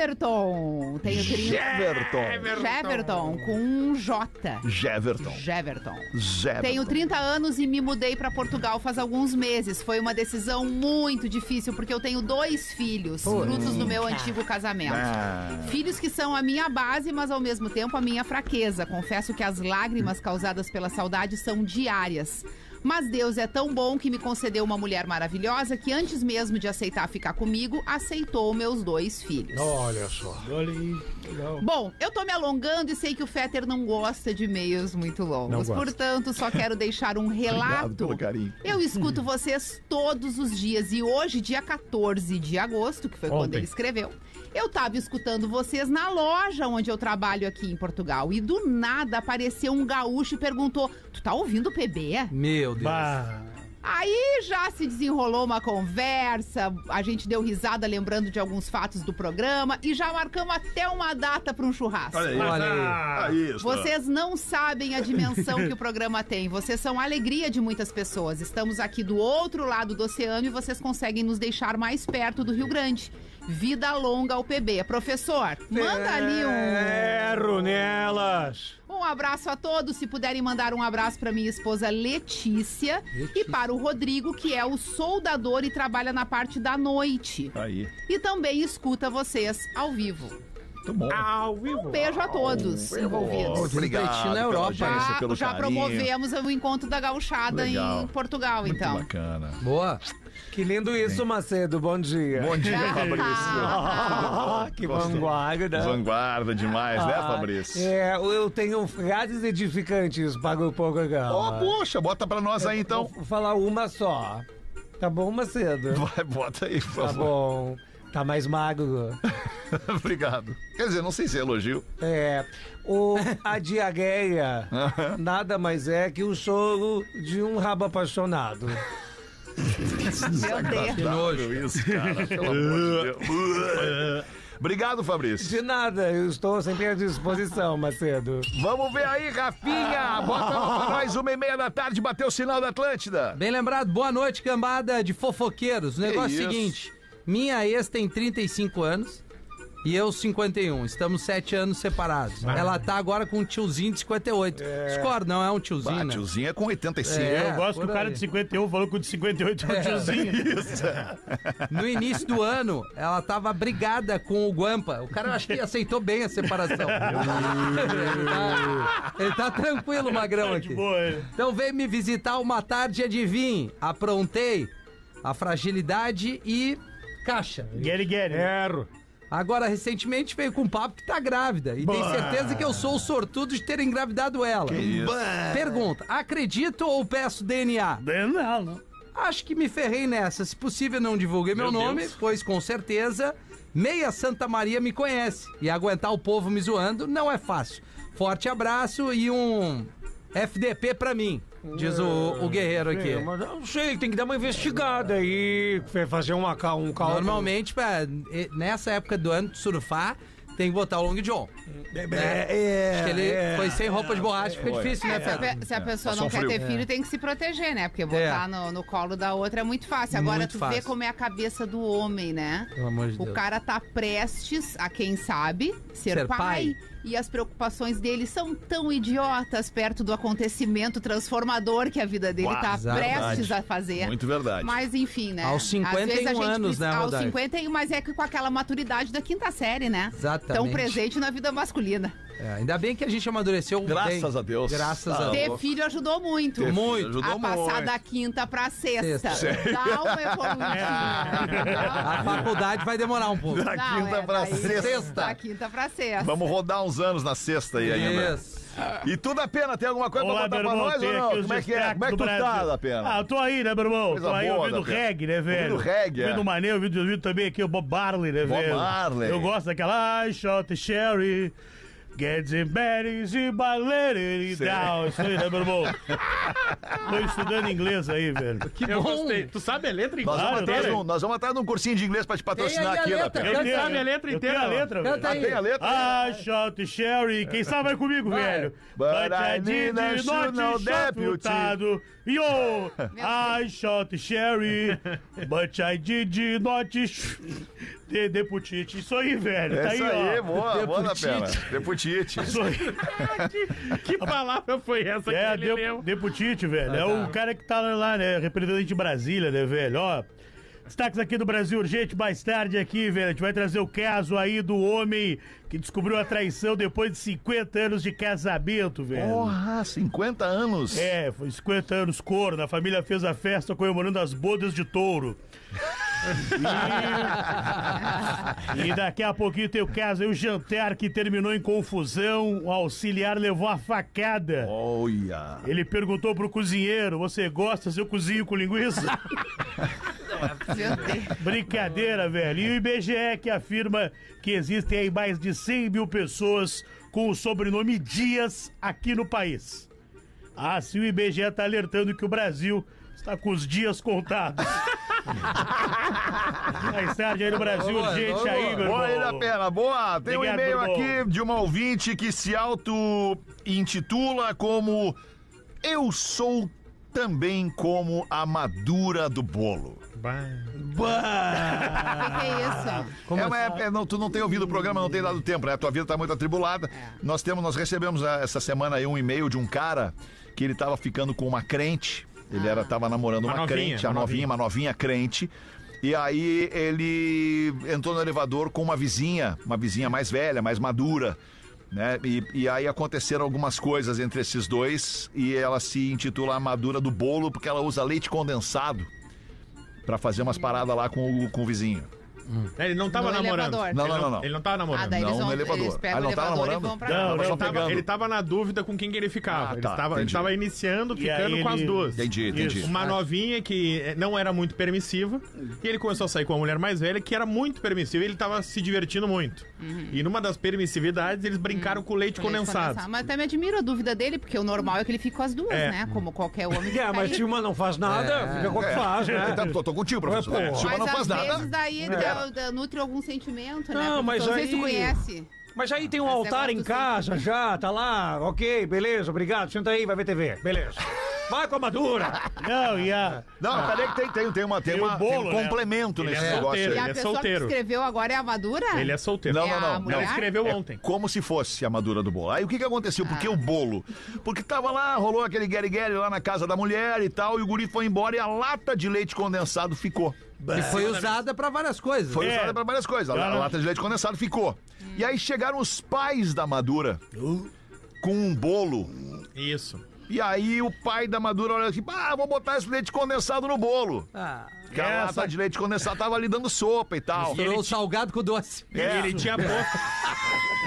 S3: Jeverton. Tenho 30... é
S2: Jeverton.
S3: Jeverton, com um J.
S2: Jeverton.
S3: Jeverton.
S2: Jeverton.
S3: Tenho 30 anos e me mudei para Portugal faz alguns meses. Foi uma decisão muito difícil porque eu tenho dois filhos, frutos do meu antigo casamento.
S2: Ah.
S3: Filhos que são a minha base, mas ao mesmo tempo a minha fraqueza. Confesso que as lágrimas causadas pela saudade são diárias. Mas Deus é tão bom que me concedeu uma mulher maravilhosa que antes mesmo de aceitar ficar comigo, aceitou meus dois filhos.
S6: Olha só.
S5: Olha aí. Legal.
S3: Bom, eu tô me alongando e sei que o Fetter não gosta de e-mails muito longos.
S6: gosta.
S3: Portanto, só quero deixar um
S2: Obrigado
S3: relato.
S2: pelo carinho.
S3: Eu escuto vocês todos os dias e hoje, dia 14 de agosto, que foi quando
S6: Ontem.
S3: ele escreveu, eu tava escutando vocês na loja onde eu trabalho aqui em Portugal e do nada apareceu um gaúcho e perguntou: "Tu tá ouvindo o PB?"
S4: Meu Deus.
S5: Bah.
S3: Aí já se desenrolou uma conversa, a gente deu risada lembrando de alguns fatos do programa e já marcamos até uma data para um churrasco.
S2: Olha aí.
S4: Olha
S2: Ah, isso.
S3: Vocês não sabem a dimensão que o programa tem. Vocês são a alegria de muitas pessoas. Estamos aqui do outro lado do oceano e vocês conseguem nos deixar mais perto do Rio Grande. Vida longa ao PB. Professor, manda ali
S2: É.
S4: É,
S3: um.
S6: Erro nelas.
S3: Um abraço a todos. Se puderem mandar um abraço para minha esposa Letícia, e para o Rodrigo, que é o soldador e trabalha na parte da noite.
S2: Aí.
S3: E também escuta vocês ao vivo.
S2: Muito bom.
S6: Ao vivo.
S3: Um beijo a todos envolvidos.
S2: um Obrigado.
S4: Pretinho na
S2: pela
S4: Europa.
S2: audiência,
S3: Já,
S2: pelo
S3: já
S2: carinho.
S3: promovemos o encontro da gauchada
S2: Legal.
S3: em Portugal,
S2: Muito
S3: então.
S2: bacana.
S4: Boa.
S6: Que lindo isso, Macedo. Bom dia.
S2: Bom dia,
S6: Ah,
S2: Fabrício.
S6: que
S2: Gostei.
S6: vanguarda.
S2: Vanguarda demais, né, Fabrício?
S6: É, eu tenho frases edificantes para o programa.
S2: Ó, poxa, bota pra nós aí então.
S6: Vou falar uma só. Tá bom, Macedo?
S2: Vai, bota aí, por
S6: Tá
S2: favor.
S6: bom. Tá mais magro.
S2: Obrigado. Quer dizer, não sei se é elogio.
S6: É. O, a diarreia nada mais é que o choro de um rabo apaixonado.
S3: Meu Deus.
S2: Nojo isso, cara. Pelo amor de Deus. Obrigado, Fabrício.
S6: De nada, eu estou sempre à disposição, Macedo.
S2: Vamos ver aí, Rafinha. Bota pra nós uma e meia da tarde, bateu o sinal da Atlântida.
S4: Bem lembrado, boa noite, cambada de fofoqueiros. O negócio é o
S2: isso.
S4: seguinte: minha ex tem 35 anos e eu 51. Estamos 7 anos separados. Ela tá agora com um tiozinho de 58. Discordo, não é um tiozinho,
S2: Bah,
S4: né?
S2: tiozinho é com 85.
S4: É.
S5: Eu gosto que o
S4: por
S5: cara
S4: aí.
S5: de 51 falou que o de 58 é o tiozinho.
S4: No início do ano, ela tava brigada com o Guampa. O cara eu acho que aceitou bem a separação. ele, tá, ele tá tranquilo, magrão
S5: De
S4: aqui.
S5: boa, é.
S4: Então veio me visitar uma tarde, adivinhe. Aprontei a fragilidade e caixa.
S5: Guere, guere.
S4: É.
S6: Erro.
S4: Agora, recentemente, veio com um papo que tá grávida. E tem certeza que eu sou o sortudo de ter engravidado ela.
S2: Isso.
S4: Pergunta: acredito ou peço DNA?
S5: Não, não.
S4: Acho que me ferrei nessa. Se possível, não divulguei meu,
S7: Meu
S4: nome,
S7: Deus.
S4: pois com certeza meia Santa Maria me conhece. E aguentar o povo me zoando não é fácil. Forte abraço e um FDP pra mim, diz o, o guerreiro aqui.
S6: É, mas eu não sei, tem que dar uma investigada aí, fazer uma, cal- um cálculo.
S4: Normalmente, pra- e- nessa época do ano, de surfar, tem que botar o Long John.
S6: É, é,
S4: Acho que ele
S6: é.
S4: foi sem roupa de borracha, fica difícil, né,
S3: É, se, a,
S4: Pedro?
S3: pe- se a pessoa não
S2: Passou
S3: quer
S2: frio.
S3: ter filho, tem que se proteger, né? Porque botar
S4: É.
S3: no, no colo da outra é muito fácil. Agora
S4: Muito
S3: tu vê
S4: fácil.
S3: como é a cabeça do homem, né?
S4: Pelo amor de
S3: O
S4: Deus.
S3: cara tá prestes a quem sabe ser,
S4: Ser
S3: pai,
S4: pai.
S3: e as preocupações dele são tão idiotas perto do acontecimento transformador que a vida dele
S2: Uau,
S3: tá
S4: verdade.
S3: prestes a fazer.
S2: Muito verdade.
S3: Mas enfim, né?
S4: Aos 51
S3: Às vezes a gente
S4: anos,
S3: precisa-
S4: né,
S3: Aos
S4: Rodaico?
S3: 51, mas é que com aquela maturidade da quinta série, né?
S4: Exatamente.
S3: Tão presente na vida masculina.
S4: É, ainda bem que a gente amadureceu bem.
S2: Graças a Deus.
S4: Graças
S2: Tá
S4: a
S3: Ter
S4: Deus.
S2: louco.
S3: filho ajudou muito.
S2: Ter filho
S4: Muito.
S2: Ajudou
S3: A passar
S2: muito. É.
S3: da quinta pra sexta.
S4: Sexta.
S3: Dá uma evolução.
S4: A faculdade vai demorar um pouco.
S2: Da quinta pra
S3: é, daí-
S2: sexta.
S3: Da quinta pra sexta.
S2: Vamos rodar uns anos na sexta aí ainda.
S4: Isso.
S2: E tudo a pena, tem alguma coisa
S5: Olá,
S2: Então pra
S5: meu
S2: botar pra
S5: irmão,
S2: nós
S5: tem
S2: ou
S5: aqui
S2: não?
S5: os
S2: Como é que é?
S5: destaques
S2: Como é que
S5: do
S2: tu
S5: Brasil.
S2: tá, da pena?
S5: Ah, eu tô aí, né, meu irmão?
S2: Coisa
S5: tô aí
S2: boa,
S5: ouvindo
S2: da pena.
S5: reggae, né, velho?
S2: Ouvindo reggae, é.
S5: Ouvindo Mané, ouvindo, ouvindo também aqui o Bob Marley, né,
S2: Bob
S5: velho?
S2: Marley.
S5: Eu gosto daquela I shot the sherry. Getting better e balere down. Isso aí, né, meu irmão? Tô estudando inglês aí, velho.
S7: Que eu gostei. Tu sabe a letra então?
S2: Nós
S7: inteira?
S5: Claro,
S2: vamos, atrás de
S5: tem.
S2: um, nós vamos atrás de um cursinho de inglês pra te patrocinar
S4: aí a
S2: aqui,
S4: letra,
S2: Lapinha.
S4: eu
S5: Eu
S7: Ele
S5: tenho-
S7: sabe a letra
S5: eu tenho
S7: inteira.
S5: a letra, velho.
S4: Canta
S2: Ah, tem a letra?
S5: I shot the Sherry. Quem sabe vai comigo, velho.
S2: But I
S5: did
S2: didn't shoot
S5: not
S2: no
S5: shot
S2: deputy.
S5: without- Yo! I shot the Sherry. But I did not sh- the deputy. Isso aí, velho.
S2: É
S5: tá aí,
S2: isso
S5: ó. Tá
S2: aí, boa, boa na perna. Deputite.
S5: Isso aí.
S7: Que palavra foi essa
S5: É,
S7: que ele
S5: de,
S7: leu?
S5: Deputite, velho. é o cara que tá lá, né? Representante de Brasília, né, velho? Ó. Destaques aqui do Brasil Urgente, mais tarde aqui, velho. A gente vai trazer o caso aí do homem que descobriu a traição depois de 50 anos de casamento, velho.
S2: Porra, 50 anos.
S5: É, foi 50 anos corno. A família fez a festa comemorando as bodas de touro. E, e daqui a pouquinho tem o caso aí, o jantar que terminou em confusão. O auxiliar levou a facada.
S2: Olha.
S5: Ele perguntou pro cozinheiro: Você gosta se eu cozinho com linguiça?
S3: Meu Deus.
S5: Brincadeira, velho. E o IBGE que afirma que existem aí mais de 100 mil pessoas com o sobrenome Dias aqui no país. Ah, sim, o IBGE está alertando que o Brasil está com os dias contados. Mais tarde aí no Brasil,
S4: Boa,
S5: urgente
S4: boa.
S5: aí, meu
S2: Boa aí na
S5: irmão.
S2: perna, boa. Tem um
S5: Obrigado,
S2: e-mail
S5: meu irmão.
S2: aqui de uma ouvinte que se auto-intitula como Eu sou também como a madura do bolo.
S3: O que, que é isso?
S2: É, mas é- é, não, tu não tem ouvido o programa, não tem dado tempo, né? Tua vida tá muito atribulada. Nós temos, nós recebemos ah, essa semana aí um e-mail de um cara que ele tava ficando com uma crente. Ele era, tava namorando uma,
S7: Uma novinha,
S2: crente, a
S7: uma
S2: novinha, uma
S7: novinha.
S2: novinha crente. E aí ele entrou no elevador com uma vizinha, uma vizinha mais velha, mais madura. Né? E, e aí aconteceram algumas coisas entre esses dois e ela se intitula a madura do bolo porque ela usa leite condensado pra fazer umas paradas lá com o, com o vizinho.
S7: É, Ele não tava
S3: No
S7: namorando.
S3: um elevador.
S2: Não,
S7: ele
S2: não, não, não.
S7: Ele não tava namorando.
S3: Ah, daí
S2: Não,
S3: eles
S2: no
S3: vão.
S2: elevador.
S3: Eles
S2: Ah,
S3: pegam
S2: não
S3: o
S2: tava
S3: elevador e
S2: namorando?
S3: vão pra
S5: Não,
S3: lá.
S5: não,
S2: Tava só
S7: Ele tava,
S2: pegando.
S7: ele tá- tava na dúvida com quem que ele ficava.
S2: Ah,
S7: ele,
S2: tá,
S7: tava, ele
S2: entendi.
S7: tava iniciando,
S5: E aí
S7: ficando com as
S5: ele-
S7: duas.
S2: Entendi, entendi.
S5: Isso.
S7: Uma novinha que eh, não era muito permissiva. E ele começou a sair com uma mulher mais velha que era muito permissiva. E ele tava se divertindo muito. E numa das permissividades, eles brincaram com leite
S3: Uhum. Leite
S7: condensado.
S3: Mas até me admiro a dúvida dele, porque o normal é que ele fique com as duas,
S7: É.
S3: né? Como qualquer homem.
S6: É, mas se uma não faz nada, fica com o que faz, né?
S2: Tá, tô, tô contigo, professor.
S6: É, pô.
S2: Se uma
S3: Mas
S2: não
S3: às
S2: faz
S3: vezes
S2: nada.
S3: daí dá- dá- nutre algum sentimento, né?
S6: Não,
S3: Porque
S6: mas
S3: não sei se tu
S6: aí-
S3: conhece.
S6: Mas aí tem um
S3: Mas é
S6: altar em
S3: outro
S6: casa já, tá lá, ok, beleza, obrigado, senta aí, vai ver TV, beleza. Vai com a madura!
S3: Ah,
S5: Não,
S3: tá.
S5: e a.
S2: Não, peraí que tem, tem, tem, uma, tem,
S5: Tem o
S2: uma, tem
S5: bolo,
S2: um
S5: né?
S2: complemento
S7: Ele
S2: nesse
S7: é
S2: negócio
S3: E
S7: solteiro.
S2: aí.
S3: a
S7: Ele é
S3: pessoa
S7: solteiro.
S3: que escreveu agora é a madura?
S7: Ele é solteiro.
S2: Não,
S3: É
S2: não,
S3: a
S2: não.
S7: Ele
S2: não.
S3: mulher?
S7: escreveu
S2: É
S7: ontem.
S2: como se fosse a madura do bolo. Aí o que que aconteceu? Porque
S3: Ah.
S2: o bolo. Porque tava lá, rolou aquele Gary Gary lá na casa da mulher e tal, e o guri foi embora e a lata de leite condensado ficou.
S4: E foi usada pra várias coisas.
S2: Foi
S5: É.
S2: usada pra várias coisas. A, la- a lata de leite condensado ficou. E aí chegaram os pais da madura com um bolo.
S7: Isso.
S2: E aí o pai da madura olha assim: ah, vou botar esse leite condensado no bolo.
S4: Ah,
S2: Que a lata de leite condensado tava ali dando sopa e tal.
S4: misturou o um salgado com o doce.
S2: É.
S7: E ele tinha posto.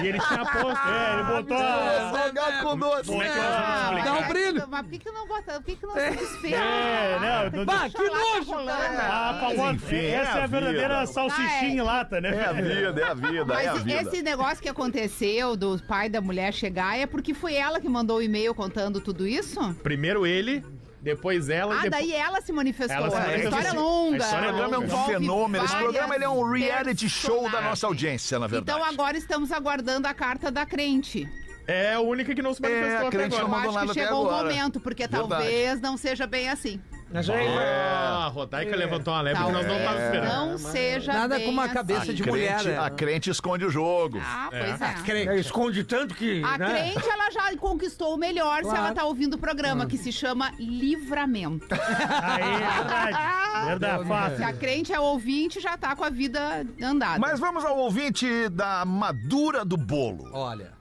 S7: e ele tinha posto.
S5: É,
S2: Ah,
S5: ele botou. a-
S2: Salgado com doce. né?
S7: Como é que nós vamos
S3: mas
S7: explicar?
S4: Dá um
S3: é-
S4: brilho.
S3: Mas por que, que não bota? Por que, que não se desfez?
S5: É, não, não-
S3: Tem
S4: que
S3: deixar lá,
S4: nojo,
S3: tá rolando.
S5: A famosa.
S2: enfim,
S5: essa
S2: é
S5: é
S2: a
S5: a verdadeira
S2: vida.
S5: salsichinha em lata, né?
S2: É a vida, é a vida, é a
S3: Mas
S2: vida.
S3: esse negócio que aconteceu do pai da mulher chegar é porque foi ela que mandou o e-mail contando tudo isso?
S7: Primeiro ele, depois ela e
S3: Ah,
S7: depois.
S3: daí ela se manifestou.
S7: Ela se
S3: a
S7: manifestou.
S3: história é
S7: Esse-
S3: longa.
S7: a
S2: Esse
S7: história
S2: programa é um
S3: envolve
S2: fenômeno. Esse
S3: várias
S2: programa ele é um reality show da nossa audiência, na verdade.
S3: Então agora estamos aguardando a carta da crente.
S7: É a única que não se
S2: É, a
S7: manifestou até
S2: crente não
S7: agora.
S3: Eu
S2: mandou
S3: acho
S2: nada
S3: que
S2: até
S3: chegou o
S2: agora.
S3: momento, porque
S2: Verdade.
S3: talvez não seja bem assim.
S6: Mas É aí
S7: Ah, a Rodaica levantou uma lebre que É nós não
S3: Talvez
S7: estávamos esperando.
S2: É,
S3: não seja
S4: Nada
S3: bem
S4: como a
S3: assim.
S4: cabeça de mulher.
S2: Crente-
S4: né?
S2: a crente esconde o jogo.
S3: Ah, pois é.
S6: vai- esconde tanto que.
S3: A
S6: né?
S3: crente, ela já conquistou o melhor se
S4: Claro.
S3: ela tá ouvindo o programa, que se chama Livramento.
S5: Aí, verdade. Verdade,
S3: Se
S5: fácil.
S3: a crente é ouvinte, já tá com a vida andada.
S2: Mas vamos ao ouvinte da madura do bolo.
S4: Olha.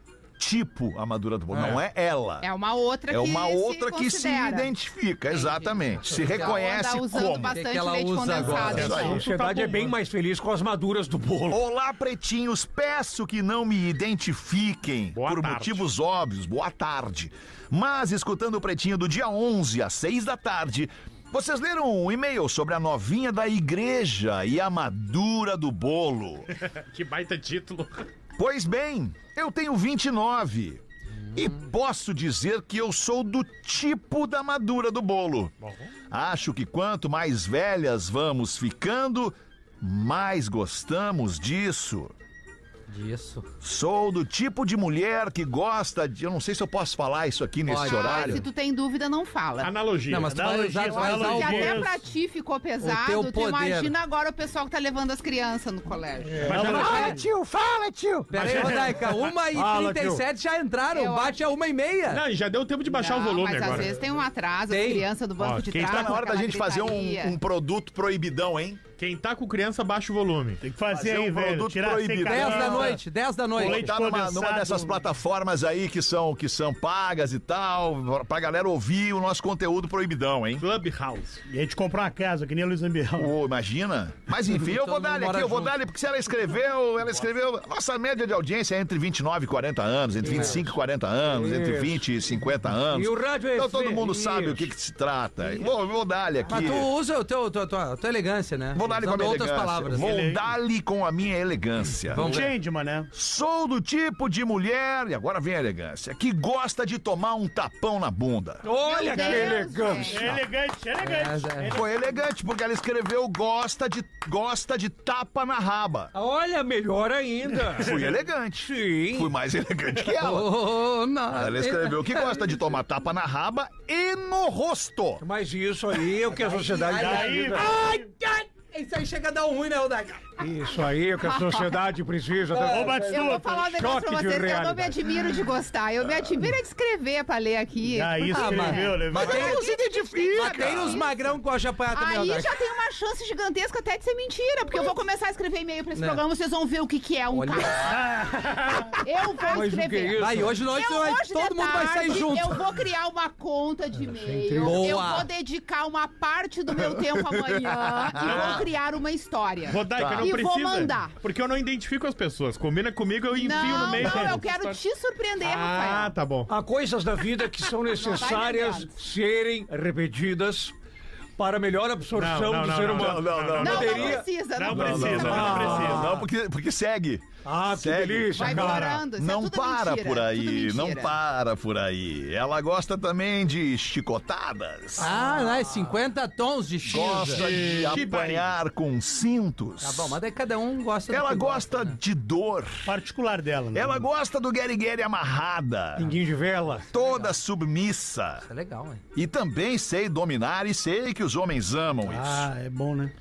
S2: Tipo a madura do bolo. Não é ela.
S3: É uma outra
S2: É
S3: que
S2: uma
S3: se
S2: outra que se
S3: considera.
S2: identifica, exatamente. Se
S3: Então,
S2: reconhece
S3: anda usando
S2: como.
S3: bastante
S4: Que que ela
S3: leite
S4: usa
S3: condensado.
S4: agora?
S2: Isso aí.
S6: A
S3: então.
S6: sociedade é bem mais feliz com as maduras do bolo.
S2: Olá, pretinhos. Peço que não me identifiquem
S7: Boa
S2: por
S7: tarde.
S2: motivos óbvios. Boa tarde. Mas escutando o pretinho do dia 11 às 6 da tarde, vocês leram um e-mail sobre a novinha da igreja e a madura do bolo.
S7: Que baita título.
S2: Pois bem, eu tenho 29 e posso dizer que eu sou do tipo da madura do bolo. Acho que quanto mais velhas vamos ficando, mais gostamos disso.
S4: Isso.
S2: Sou do tipo de mulher que gosta de. Eu não sei se eu posso falar isso aqui nesse
S4: Pode.
S2: horário.
S3: Ah, se tu tem dúvida, não fala.
S7: Analogia.
S4: Não, mas tu vai
S5: Analogia,
S4: usar, tu vai usar
S3: Se
S4: o
S5: analogia.
S4: bolo.
S5: Deus.
S3: até pra ti ficou
S4: teu
S3: pesado, tu
S4: poder.
S3: imagina agora o pessoal que tá levando as crianças no colégio.
S5: Mas ela-
S6: Fala, tio! Fala, tio!
S4: Pera aí, Rodaica, 1h37 já entraram,
S3: Eu
S4: bate a 1h30.
S7: Não, e já deu tempo de baixar o
S3: Não,
S7: volume
S3: mas
S7: agora.
S3: às vezes tem um atraso,
S4: Tem.
S3: as crianças do banco
S5: Ó,
S3: de
S5: quem
S3: trás.
S2: Tá na
S3: com
S2: hora da
S3: aquela
S2: gente fazer
S3: gritaria.
S2: um, um produto proibidão, hein?
S7: Quem tá com criança, baixa o volume.
S5: Tem que fazer,
S2: Fazer
S5: aí,
S2: um
S5: velho.
S2: produto
S5: Tirar a
S2: proibido.
S5: secadora.
S4: 10 da noite, 10 da noite.
S5: Leite
S2: Botar Tá numa,
S5: condensado.
S2: numa dessas plataformas aí que são, que são pagas e tal, pra galera ouvir o nosso conteúdo proibidão, hein?
S7: Clubhouse.
S5: E a gente comprou uma casa, que nem a Luiz Ambiel.
S2: Ô, imagina. Mas enfim, eu
S4: Todo
S2: vou
S4: mundo
S2: dar-lhe
S4: mora
S2: aqui, eu vou
S4: junto.
S2: dar-lhe, porque se ela escreveu, ela escreveu. Nossa média de audiência é entre 29 e 40 anos,
S4: É.
S2: entre 25 e 40 anos, entre 20 e 50 anos.
S6: E o rádio é
S2: Então todo
S6: FM,
S2: mundo sabe
S6: isso.
S2: o que, que se trata. Vou, vou dar-lhe
S4: Mas
S2: aqui.
S4: tu usa o teu, tua, tua, tua elegância, né?
S2: Vou dar-lhe com a
S4: Usando
S2: minha
S4: outras
S2: elegância.
S4: palavras.
S2: Vou dar-lhe com a minha elegância.
S4: Vamos ver.
S5: Change, mané.
S2: Sou do tipo de mulher, e agora vem a elegância, que gosta de tomar um tapão na bunda.
S6: Olha que
S3: Deus,
S6: elegante!
S5: É elegante, é elegante.
S4: É, é.
S2: Foi elegante, porque ela escreveu gosta de, gosta de tapa na raba.
S6: Olha, melhor ainda!
S2: Fui elegante.
S6: Sim!
S2: Fui mais elegante que ela.
S4: Oh, não.
S2: Ela escreveu que gosta de tomar tapa na raba e no rosto.
S6: Mas isso aí é o que a sociedade
S5: Daí,
S6: precisa.
S4: Ai, ai, isso aí chega a dar um ruim, né, Rodaica?
S6: Isso aí é o que a sociedade precisa.
S5: ô, Batistuta.
S3: Eu vou falar um negócio
S6: Choque
S3: pra vocês
S6: de
S3: que eu não me
S6: realidade.
S3: admiro de gostar. Eu me admiro é de escrever pra ler aqui.
S5: Daí escreveu, levou.
S4: mas tem,
S2: se identifica.
S4: mas tem os magrão que gostam de apanhar também,
S3: Aí
S4: Rodaica.
S3: já tem uma chance gigantesca até de ser mentira, porque eu vou começar a escrever e-mail pra esse
S4: Né.
S3: programa, vocês vão ver o que, que é um
S4: Olha.
S3: caso. Eu vou
S6: Mas o que é
S3: escrever.
S6: isso?
S4: Aí hoje nós
S3: Eu
S4: vai-
S3: hoje de
S4: todo mundo vai sair
S3: tarde,
S4: junto.
S3: Eu vou criar uma conta de e-mail.
S4: incrível.
S3: Eu
S4: Boa.
S3: vou dedicar uma parte do meu tempo amanhã e vou criar uma história.
S7: Rodaica,
S5: Tá.
S7: não
S3: E vou
S7: precisa.
S3: mandar.
S7: Porque eu não identifico as pessoas. Combina comigo, eu enfio no
S3: Não,
S7: meio.
S3: não, eu quero te surpreender,
S7: Ah,
S3: Rafael.
S7: tá bom.
S6: Há coisas da vida que são necessárias
S3: lembrando.
S6: serem repetidas para melhor absorção
S7: Não, não,
S6: do
S7: não,
S6: ser
S7: não,
S6: humano.
S2: não, não,
S3: Não, não
S6: Poderia-
S3: precisa, não,
S5: Não
S3: precisa.
S5: precisa, não precisa.
S2: Não, porque, porque segue.
S6: Ah, que
S2: Segue.
S6: delícia,
S3: Vai
S6: cara.
S3: melhorando. Isso é
S2: Não
S3: tudo
S2: para
S3: mentira,
S2: por
S3: tudo
S2: aí,
S3: mentira.
S2: não para por aí. Ela gosta também de chicotadas.
S4: Ah, né? 50 tons de X.
S2: Gosta de
S7: Chibari.
S2: apanhar com cintos.
S4: Tá bom, mas daí cada um gosta do
S2: Ela
S4: que
S2: gosta
S4: né?
S2: de dor.
S5: Particular dela, né?
S2: Ela gosta do guerigueri amarrada.
S6: Ninguém de vela.
S2: Toda submissa.
S4: Tá legal, né?
S2: E também sei dominar e sei que os homens amam isso.
S5: Ah, é bom, né?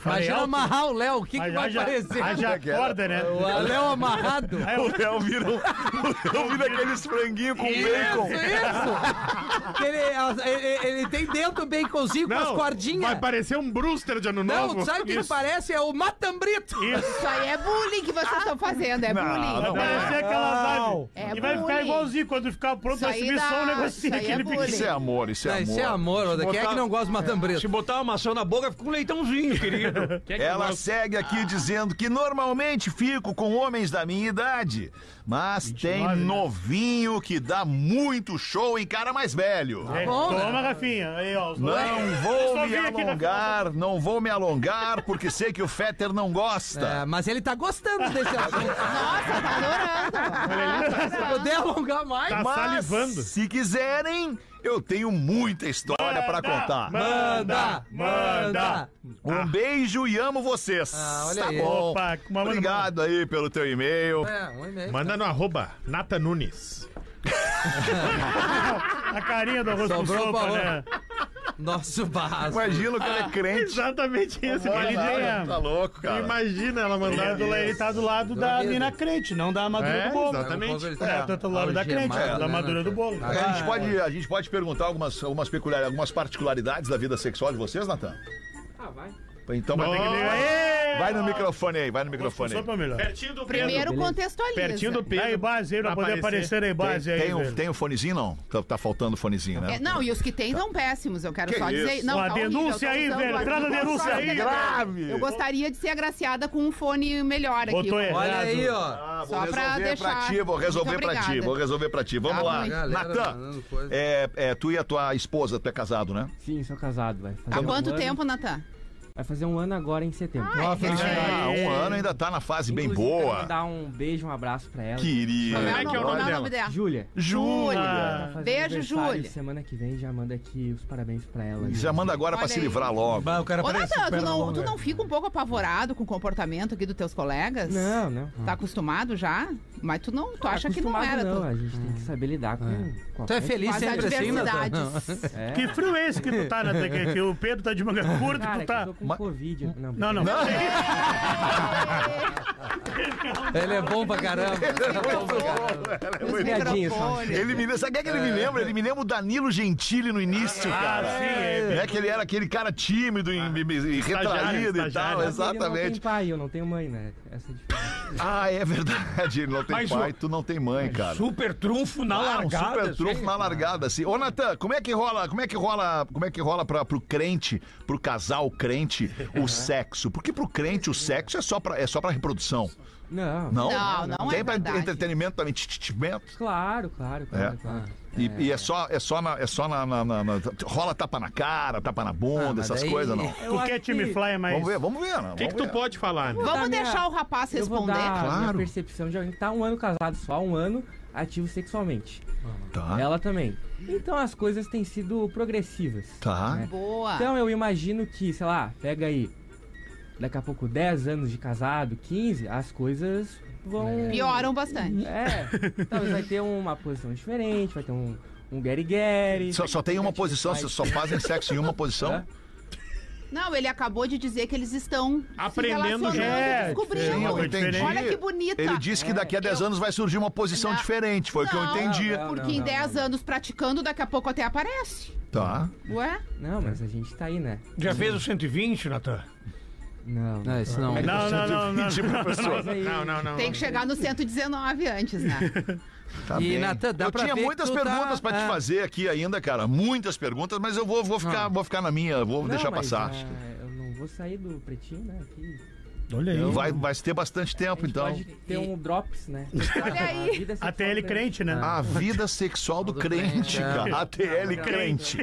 S5: Falei
S4: Imagina
S5: alto,
S4: amarrar o Léo, o que, que
S5: mas
S4: vai
S5: haja-
S4: aparecer?
S5: haja corda, né?
S4: O Léo amarrado.
S2: O Léo vira, um- o Léo vira aqueles franguinhos com bacon.
S4: Isso, isso! Que ele, ele- ele tem dentro um baconzinho com as cordinhas.
S7: vai parecer um Brewster de ano
S4: Não,
S7: novo.
S4: sabe o que ele
S7: Isso.
S4: parece? É o Matambrito.
S5: Isso.
S3: Isso aí é bullying que vocês
S2: Ah,
S3: estão fazendo, é bullying.
S5: Vai parecer aquelas lives.
S3: É
S5: e vai ficar
S3: bullying.
S5: igualzinho quando ficar pronto
S3: Isso
S5: a
S3: aí
S5: subir
S3: dá-
S5: só um
S3: isso
S5: negocinho
S3: aí é
S5: aquele
S3: bullying.
S2: Isso é amor, isso é
S4: Não,
S2: amor.
S4: isso é amor, Oda. Quem é que não gosta do
S6: Se
S4: Matambrito?
S6: botar uma maçã na boca, fica um leitãozinho, querido.
S2: Ela segue
S5: Ah.
S2: aqui dizendo que normalmente fico com homens da minha idade, mas tem
S5: né?
S2: novinho que dá muito show em cara mais velho.
S5: É,
S4: bom, né?
S5: toma, Rafinha. Aí, ó, os dois.
S2: Não
S5: Eu
S2: vou
S5: só
S2: me
S5: vim aqui, Rafinha.
S2: alongar, não vou me alongar, porque sei que o Fetter não
S4: É,
S2: gosta.
S4: mas ele tá gostando desse assunto.
S3: Nossa, tá adorando.
S4: Se puder alongar mais.
S5: Tá
S2: Mas,
S5: salivando.
S2: se quiserem, eu tenho muita história pra contar.
S4: Manda! Manda!
S2: Um beijo e amo vocês.
S4: Ah, olha
S2: tá
S4: aí.
S2: bom.
S5: Ah. Opa, uma-
S2: Obrigado aí pelo teu e-mail.
S4: É, um e-mail.
S7: Manda no arroba Nata Nunes.
S5: A carinha do arroz com
S4: Sobrou
S5: sopa,
S4: pra
S5: né?
S4: Nosso barraço.
S2: Imagina o cara é crente.
S7: Exatamente isso.
S5: Ah, Ele
S2: Olha,
S5: tem é. a-
S2: Tá louco, cara.
S7: Imagina ela
S5: então. Ele
S7: mandar
S5: é do la- Ele tá do lado da
S4: Beleza.
S5: mina crente, não da madura
S7: É,
S5: do bolo.
S7: exatamente.
S5: É, tá do lado da crente,
S4: Algemado,
S5: da
S4: né,
S5: madura do bolo.
S4: Ah,
S2: É, a, gente pode, a gente pode perguntar algumas, algumas, peculiar, algumas particularidades da vida sexual de vocês, Natan? Ah, vai. Então vai ter que ligar. Vai no microfone aí, vai no microfone aí.
S5: Sopa melhor.
S7: Pertinho do
S3: Primeiro contextualiza.
S7: Pertinho do
S5: Dá aí
S7: Pedro.
S5: base aí pra poder
S7: Aparecer. um
S5: aparecer aí base
S2: Tem,
S5: aí.
S2: tem, o,
S5: velho.
S2: tem o fonezinho, não? Tá, tá faltando o fonezinho, né?
S3: É, não, e os que tem são péssimos, eu quero
S2: Que
S3: só dizer.
S2: isso?
S3: Não,
S5: Ó,
S3: tá horrível, eu tô
S5: denúncia aí,
S3: usando
S5: velho,
S3: aqui.
S5: traz a denúncia aí.
S2: Grave!
S3: Eu gostaria de ser agraciada com um fone melhor aqui.
S5: Botou
S2: é
S5: errado.
S4: Olha aí, ó.
S2: Ah, vou
S3: Só pra
S2: resolver pra,
S3: deixar.
S2: ti, vou resolver
S3: Muito
S2: pra ti,
S3: obrigada.
S2: vou resolver pra ti. Vamos
S3: Tá
S2: lá.
S3: bom.
S4: Galera
S2: Natan,
S4: mandando coisa.
S2: é, é, tu e a tua esposa, tu é casado, né?
S8: Sim, sou casado, vai.
S3: Há
S8: Fazer um
S3: quanto
S8: ano.
S3: tempo, Natan?
S8: Vai fazer um ano agora em setembro.
S3: Ah, é recente.
S2: Ah, um ano ainda tá na fase bem
S8: Inclusive, quero
S2: boa.
S8: mandar um beijo, um abraço pra ela.
S2: Querida.
S3: Como é
S7: Como é que é o
S3: o nome,
S7: nome
S3: como é o nome
S7: dela?
S3: dela?
S8: Júlia.
S2: Júlia.
S8: Tá
S5: Ah,
S8: fazendo
S3: Beijo,
S8: aniversário
S3: Júlia.
S8: Semana que vem já manda aqui os parabéns pra ela.
S2: Já manda agora pra
S3: Olha
S2: se
S3: aí.
S2: livrar logo.
S6: Bah, o
S8: é
S6: cara
S3: Ô,
S6: parece
S3: Natan, tu
S2: assim,
S6: perna
S8: né?
S3: não,
S6: longa.
S3: tu não fica um pouco apavorado com o comportamento aqui dos teus colegas?
S8: Não, não.
S3: Tá acostumado já? Mas tu não, tu acha que não
S8: Ah. Tá Acostumado
S3: era.
S8: Não,
S3: tu...
S8: a gente tem que saber lidar com com a
S4: Tu é
S8: frente.
S4: feliz
S3: Faz
S4: sempre assim, Natan?
S3: adversidades.
S8: né? É.
S5: Que frio é esse que tu tá, Natan? Que, que o Pedro tá de manga curta e
S8: Cara,
S5: tu
S8: que eu
S5: tá.
S8: tô com
S2: Ma-
S8: Covid. Não,
S5: Não, não.
S4: Ele é bom pra caramba.
S3: é
S2: é
S8: Duas piadinhas só.
S2: Ele me lembra, sabe quem é que ele me lembra? Ele me lembra o Danilo Gentili no início,
S5: Ah,
S2: cara.
S5: sim, é.
S2: Né, que ele era aquele cara tímido e, e- e retraído e tal,
S5: estagiário.
S8: Ele não tem
S2: exatamente.
S8: pai, eu não tenho mãe, né? Essa é a diferença.
S2: Ah, é verdade, ele não tem
S6: Mas,
S2: pai,
S6: ô,
S2: tu não tem mãe, cara.
S6: é? Super trunfo na
S2: Ah, um
S6: largada.
S2: super trunfo
S6: assim.
S2: na largada, assim. Ô, Natan, como é que rola, como é que rola, como é que rola pra, pro crente, pro casal crente, o sexo? Porque pro crente o sexo é só pra, é só pra reprodução,
S8: Não.
S2: não?
S3: Não, não é
S2: Tem pra
S3: verdade.
S2: entretenimento também, titimento.
S8: Claro, claro, claro. claro.
S2: E e é. só, é só, na, é só na, na- na- na- Rola tapa na cara, tapa na
S4: Ah,
S2: bunda,
S4: mas
S2: essas
S4: daí-
S2: coisas, não.
S8: Eu
S5: Tu
S8: acho
S5: quer time
S8: que-
S5: fly, é mas.
S2: Vamos ver, vamos ver. não,
S7: O que, é que
S2: vamos
S7: tu
S2: ver.
S7: pode falar, né?
S8: dar
S3: Vamos
S8: Tá minha-
S3: deixar o rapaz
S8: Eu vou
S3: responder.
S8: dar a minha
S2: Claro.
S8: percepção de alguém que tá um ano casado só, um ano ativo sexualmente.
S2: Tá,
S8: Ela também. Então as coisas têm sido progressivas.
S2: tá.
S8: né?
S3: Boa.
S8: Então eu imagino que, sei lá, pega aí, daqui a pouco 10 anos de casado, 15, as coisas vão.
S3: Pioram bastante.
S8: É, talvez vai ter uma posição diferente, vai ter um, um Gary Gary.
S2: Só, só tem uma posição, vocês só fazem sexo em uma posição.
S3: Não, ele acabou de dizer que eles estão
S7: Aprendendo
S3: se relacionando
S5: junto.
S3: e
S5: Sim,
S3: descobrindo.
S5: é diferente.
S3: Olha que bonita.
S2: Ele disse que daqui a 10 anos vai surgir uma posição
S3: Não.
S2: diferente, foi o que eu
S3: Não.
S2: entendi.
S8: Não,
S3: Porque em
S8: não,
S3: 10
S8: não.
S3: anos praticando, daqui a pouco até aparece.
S2: Tá.
S3: Ué?
S8: Não, mas a gente tá aí, né?
S6: Já fez o 120, Natan?
S8: Não.
S4: Não, isso não.
S5: Não, não, não, não.
S2: Tipo, professor.
S8: Mas aí-
S7: Não, não, não.
S3: Tem que chegar no 119 antes, né?
S2: Tá
S4: E,
S2: bem.
S4: Natan, dá
S2: eu
S4: pra
S2: tinha
S4: ver que
S2: muitas
S4: tu tá-
S2: perguntas pra te
S4: ah.
S2: fazer aqui ainda, cara. Muitas perguntas, mas eu vou, vou, ficar, vou ficar na minha, vou
S8: Não,
S2: deixar
S8: mas,
S2: passar.
S8: ah, eu não vou sair do pretinho, né? Aqui.
S5: Olha aí.
S2: Vai, vai ter bastante tempo, então.
S8: Pode ter um drops, né?
S3: Olha aí.
S8: A vida sexual
S5: Até ele
S8: dele.
S5: crente, né?
S2: A vida sexual do crente,
S4: crente,
S2: cara. ATL Ah, crente.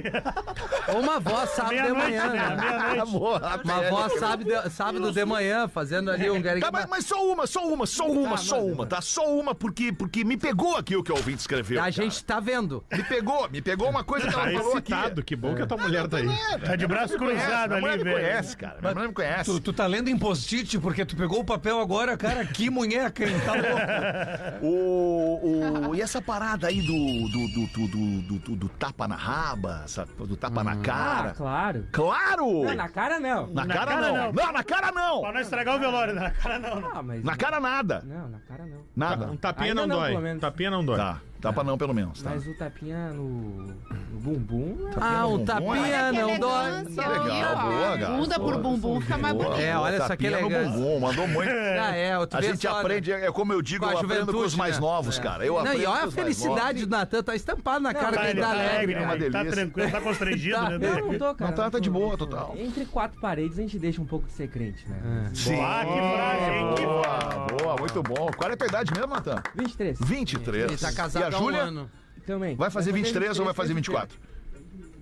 S4: Ou uma voz sábado de
S5: Meia-noite,
S4: manhã,
S5: né?
S4: né?
S5: Meia-noite.
S2: Amor,
S4: Uma
S2: ATL
S4: voz sábado, sábado de manhã, fazendo ali um Gary
S2: Tá, mas, mas só uma, só uma, só uma, só uma, tá? Só uma, porque, porque me pegou aqui o que o ouvinte escreveu. cara.
S4: A gente tá vendo.
S2: Me pegou, me pegou uma coisa que ela
S7: Tá
S2: falou
S7: excitado,
S2: aqui. É,
S7: que bom que a tua mulher tá aí.
S5: Tá de braço cruzado
S2: Minha mulher
S5: ali,
S2: me
S5: velho.
S2: conhece, cara. Minha mulher me conhece.
S6: Tu, tu tá lendo em post-it porque tu pegou o papel agora, cara. Que munheca, hein? Tá louco.
S2: O, o- e essa parada aí do, do, do, do, do, do- do- do tapa na raba, essa- do tapa na
S8: Ah,
S2: cara.
S8: claro.
S2: Claro!
S8: Não, na cara
S2: Na, cara, não.
S8: não.
S2: não! na cara
S5: Pra
S2: não!
S5: não estragar o velório, né? Na cara não. né?
S8: Ah, mas
S2: Na cara nada!
S8: Não, na cara não.
S2: Nada.
S7: Um tapinha
S8: Ainda
S7: não,
S8: não, pelo
S7: dói.
S8: menos.
S7: Tapinha não dói.
S2: Tá, tapa não pelo menos. Tá.
S8: Mas o tapinha no, no bumbum é
S4: Ah, um
S2: bombom,
S4: tapinha
S3: Olha que é
S4: não dói.
S3: elegância
S2: dói.
S3: aqui,
S2: Legal,
S3: ó.
S2: boa, gato.
S3: Bunda por
S2: Boa.
S3: bumbum fica mais
S2: Boa,
S3: bonito.
S4: É, olha só que
S2: tapinha no
S4: elegância.
S2: bumbum, mandou muito.
S4: Ah, é, o tu
S2: A
S4: vê
S2: gente
S4: só, né?
S2: aprende, é como eu digo,
S4: Com a
S2: eu aprendo com os
S4: juventude,
S2: mais
S4: né?
S2: novos, cara. Eu
S4: Não,
S2: aprendo
S4: e olha
S2: com
S4: a
S2: os mais novos.
S4: felicidade do Natan, tá estampada na cara
S5: Tá,
S4: dele,
S5: ele
S4: tá
S5: tá alegre,
S4: alegre.
S2: é uma
S5: ele tá
S2: delícia.
S5: tranquilo, tá constrangido, né?
S8: Não, não tô, cara.
S2: Não, tá-
S8: não
S2: tá
S8: tô,
S2: de boa,
S8: não tô.
S2: total.
S8: Entre quatro paredes a gente deixa um pouco de ser crente, né?
S2: Sim.
S5: Ah, que frágil, hein? Que
S2: Boa,
S5: frágil.
S2: boa, muito bom. Qual é a tua idade mesmo, Natan?
S8: 23.
S2: 23.
S4: Ele tá
S2: e a
S4: casado há um
S2: Júlia?
S4: ano.
S8: Também.
S2: Vai fazer 23 ou vai fazer
S8: 23?
S2: 24?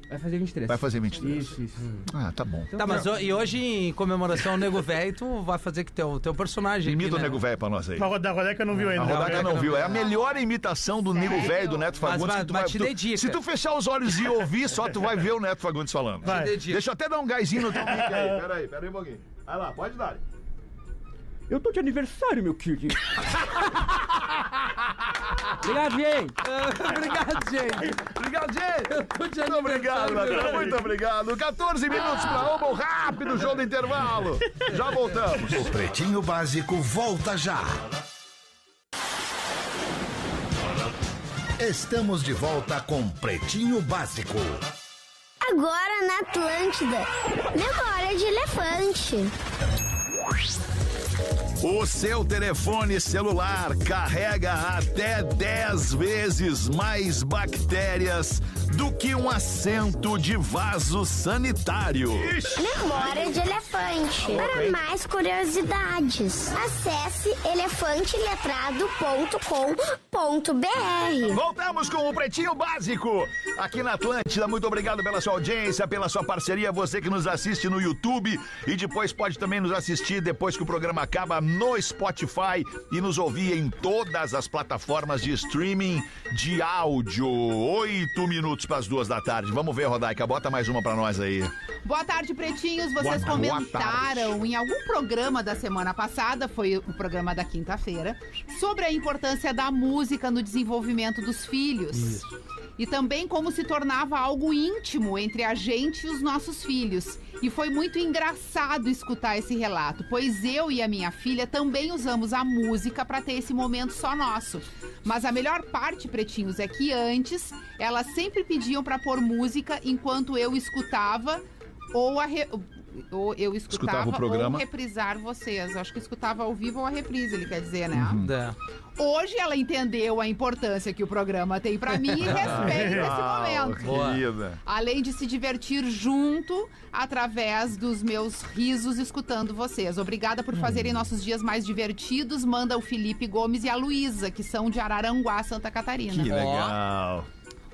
S8: Vai fazer 23.
S2: Vai fazer 23.
S8: Isso, isso.
S2: Ah, tá bom.
S8: Então,
S4: Tá, mas ho- e hoje, em comemoração ao Nego Velho, tu vai fazer que teu, teu personagem. aqui,
S2: Imita o
S4: né?
S2: Nego Velho pra nós aí.
S5: Mas roda- Rodeca não viu ainda. né?
S2: A Rodaca não viu. É a melhor imitação do Nego
S3: Sério?
S2: Velho do Neto
S4: Mas-
S2: Fagundes.
S4: mas-
S2: que tu
S4: mas
S2: vai-
S4: te
S2: tu-
S4: dei dica.
S2: Se tu fechar os olhos e ouvir, só tu vai ver o Neto Fagundes falando.
S5: Vai.
S4: Te dei dica.
S2: Deixa eu até dar um gásinho no teu mic aí. Peraí, peraí um pouquinho. Vai lá, pode dar.
S8: Eu tô de aniversário, meu querido. Obrigado, gente.
S4: Obrigado, gente.
S2: Obrigado, gente.
S4: Tô de
S2: Muito obrigado,
S4: aniversário, meu
S2: Natan. Muito obrigado. 14 minutos pra uma. um Rápido jogo do intervalo. Já voltamos.
S1: O Pretinho Básico volta já. Estamos de volta com Pretinho Básico.
S9: Agora na Atlântida. Memória de elefante.
S2: O seu telefone celular carrega até 10 vezes mais bactérias do que um assento de vaso sanitário.
S9: Memória de Elefante. Para mais curiosidades, acesse elefanteletrado.com.br.
S2: Voltamos com o Pretinho Básico aqui na Atlântida. Muito obrigado pela sua audiência, pela sua parceria. Você que nos assiste no YouTube e depois pode também nos assistir depois que o programa acaba no Spotify e nos ouvir em todas as plataformas de streaming de áudio. Oito minutos para as duas da tarde. Vamos ver, Rodaica, bota mais uma para nós aí.
S3: Boa tarde, pretinhos. Vocês
S2: Boa- boa
S3: comentaram em algum programa da semana passada, foi o programa da quinta-feira, sobre a importância da música no desenvolvimento dos filhos. E também como se tornava algo íntimo entre a gente e os nossos filhos. E foi muito engraçado escutar esse relato, pois eu e a minha filha também usamos a música para ter esse momento só nosso. Mas a melhor parte, pretinhos, é que antes elas sempre pediam para pôr música enquanto eu escutava ou a re- ou eu escutava,
S2: Escutava o programa.
S3: ou reprisar vocês. Acho que escutava ao vivo ou a reprise, ele quer dizer, né?
S2: Uhum.
S4: Da-
S3: Hoje ela entendeu a importância que o programa tem pra mim e respeita esse momento.
S4: Boa.
S2: Querida.
S3: Além de se divertir junto através dos meus risos escutando vocês. Obrigada por fazerem nossos dias mais divertidos. Manda o Felipe Gomes e a Luísa, que são de Araranguá, Santa Catarina.
S2: Que legal.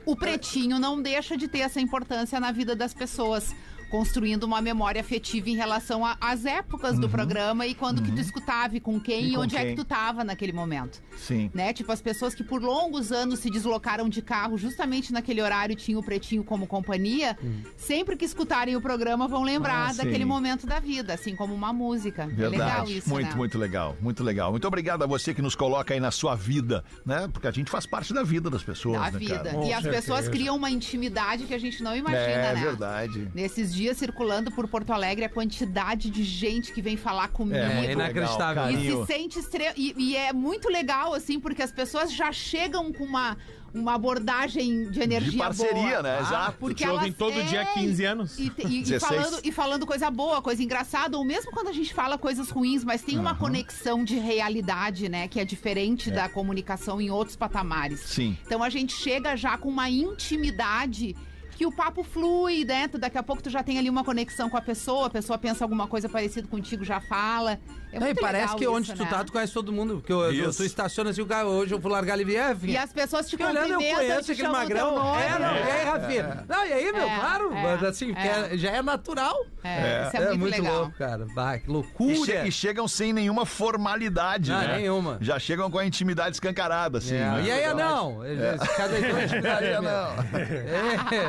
S3: O pretinho não deixa de ter essa importância na vida das pessoas, construindo uma memória afetiva em relação a- às épocas do programa e quando que tu escutava e com quem
S2: Uhum. E
S3: e,
S2: com
S3: onde é
S2: quem.
S3: que tu tava naquele momento.
S2: Sim.
S3: Né? Tipo, as pessoas que por longos anos se deslocaram de carro justamente naquele horário tinha o pretinho como companhia, sempre que escutarem o programa vão
S2: Hum.
S3: lembrar
S2: Ah, sim.
S3: daquele momento da vida, assim como uma música.
S2: Verdade.
S3: É legal isso,
S2: muito,
S3: né?
S2: muito legal, muito legal. Muito obrigado a você que nos coloca aí na sua vida, né? Porque a gente faz parte da vida das pessoas,
S3: Da
S2: né,
S3: vida.
S4: É,
S2: cara?
S3: E
S6: Com
S3: as pessoas
S6: certeza.
S3: criam uma intimidade que a gente não imagina,
S2: É
S3: né?
S2: verdade.
S3: Nesses dias circulando por Porto Alegre a quantidade de gente que vem falar comigo.
S4: É, muito inacreditável.
S3: e
S2: carinho.
S3: se sente extre... e, e é muito legal, assim, porque as pessoas já chegam com uma, uma abordagem de energia
S2: de parceria,
S3: boa. Ah,
S2: né? Exato.
S3: Porque
S7: Te ouvem
S3: elas- é,
S7: todo dia há 15 anos.
S3: E, te- e- e
S2: 16.
S3: falando, e falando coisa boa, coisa engraçada, ou mesmo quando a gente fala coisas ruins, mas tem uma conexão de realidade, né? Que é diferente da comunicação em outros patamares.
S2: Sim.
S3: Então a gente chega já com uma intimidade que o papo flui, né? Tu- Daqui a pouco tu já tem ali uma conexão com a pessoa, a pessoa pensa alguma coisa parecida contigo, já fala. É
S4: Não, e
S3: muito
S4: parece
S3: legal
S4: que
S3: isso,
S4: onde tu
S3: né?
S4: tá, tu conhece todo mundo. Porque eu, eu,
S2: Isso.
S4: tu estaciona assim, o cara, hoje eu vou largar ali. É,
S3: E
S4: vinha.
S3: as pessoas te
S4: Fiquei olhando, eu
S3: cumprimentam,
S4: conheço
S3: te
S4: aquele
S3: chamam teu
S4: magrão.
S3: nome.
S4: É, não, e aí, Rafinha? Não, e aí, meu,
S3: É,
S4: claro.
S3: é,
S4: mas assim,
S3: é.
S4: que é- já é natural.
S3: É, isso é, muito, legal.
S4: louco, cara. Bah, que
S2: E,
S4: loucura.
S2: che- e chegam sem nenhuma formalidade,
S4: Ah,
S2: né?
S4: nenhuma.
S2: Já chegam com a intimidade escancarada, assim.
S4: É,
S2: né?
S4: E aí, é não. Esse caso aí tem uma dificuldade
S2: É,
S4: mesmo.
S2: não.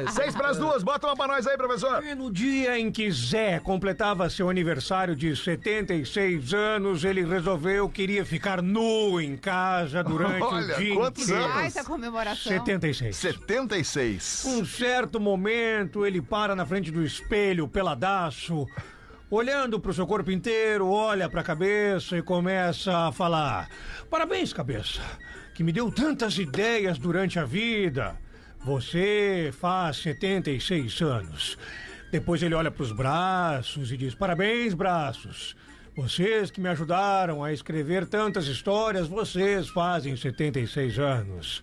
S4: É,
S2: Seis pras duas, bota uma pra nós aí, professor.
S6: E No dia em que Zé completava seu aniversário de 76 anos, ele resolveu que iria ficar nu em casa durante
S2: Olha,
S6: o dia
S2: quantos
S6: inteiro.
S2: anos?
S3: Ai, tá essa é comemoração.
S6: 76.
S2: 76.
S6: Um certo momento, ele para na frente do espelho, peladaço, olhando pro seu corpo inteiro, olha pra cabeça e começa a falar: Parabéns, cabeça, que me deu tantas ideias durante a vida. Você faz 76 anos. Depois ele olha pros braços e diz: Parabéns, braços. Vocês que me ajudaram a escrever tantas histórias, vocês fazem 76 anos.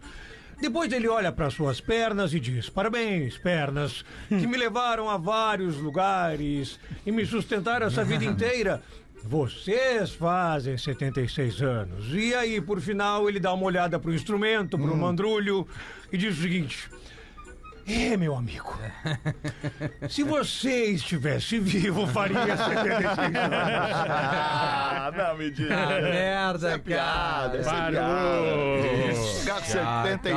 S6: Depois ele olha para suas pernas e diz: Parabéns, pernas, que me levaram a vários lugares e me sustentaram essa vida inteira. Vocês fazem 76 anos. E aí, por final, ele dá uma olhada pro instrumento, pro mandrulho, e diz o seguinte: É, meu amigo, se você estivesse vivo, faria 76 anos.
S2: Ah, não me diga.
S4: Ah, merda,
S2: piada,
S4: cara.
S2: essa é piada. Ficar com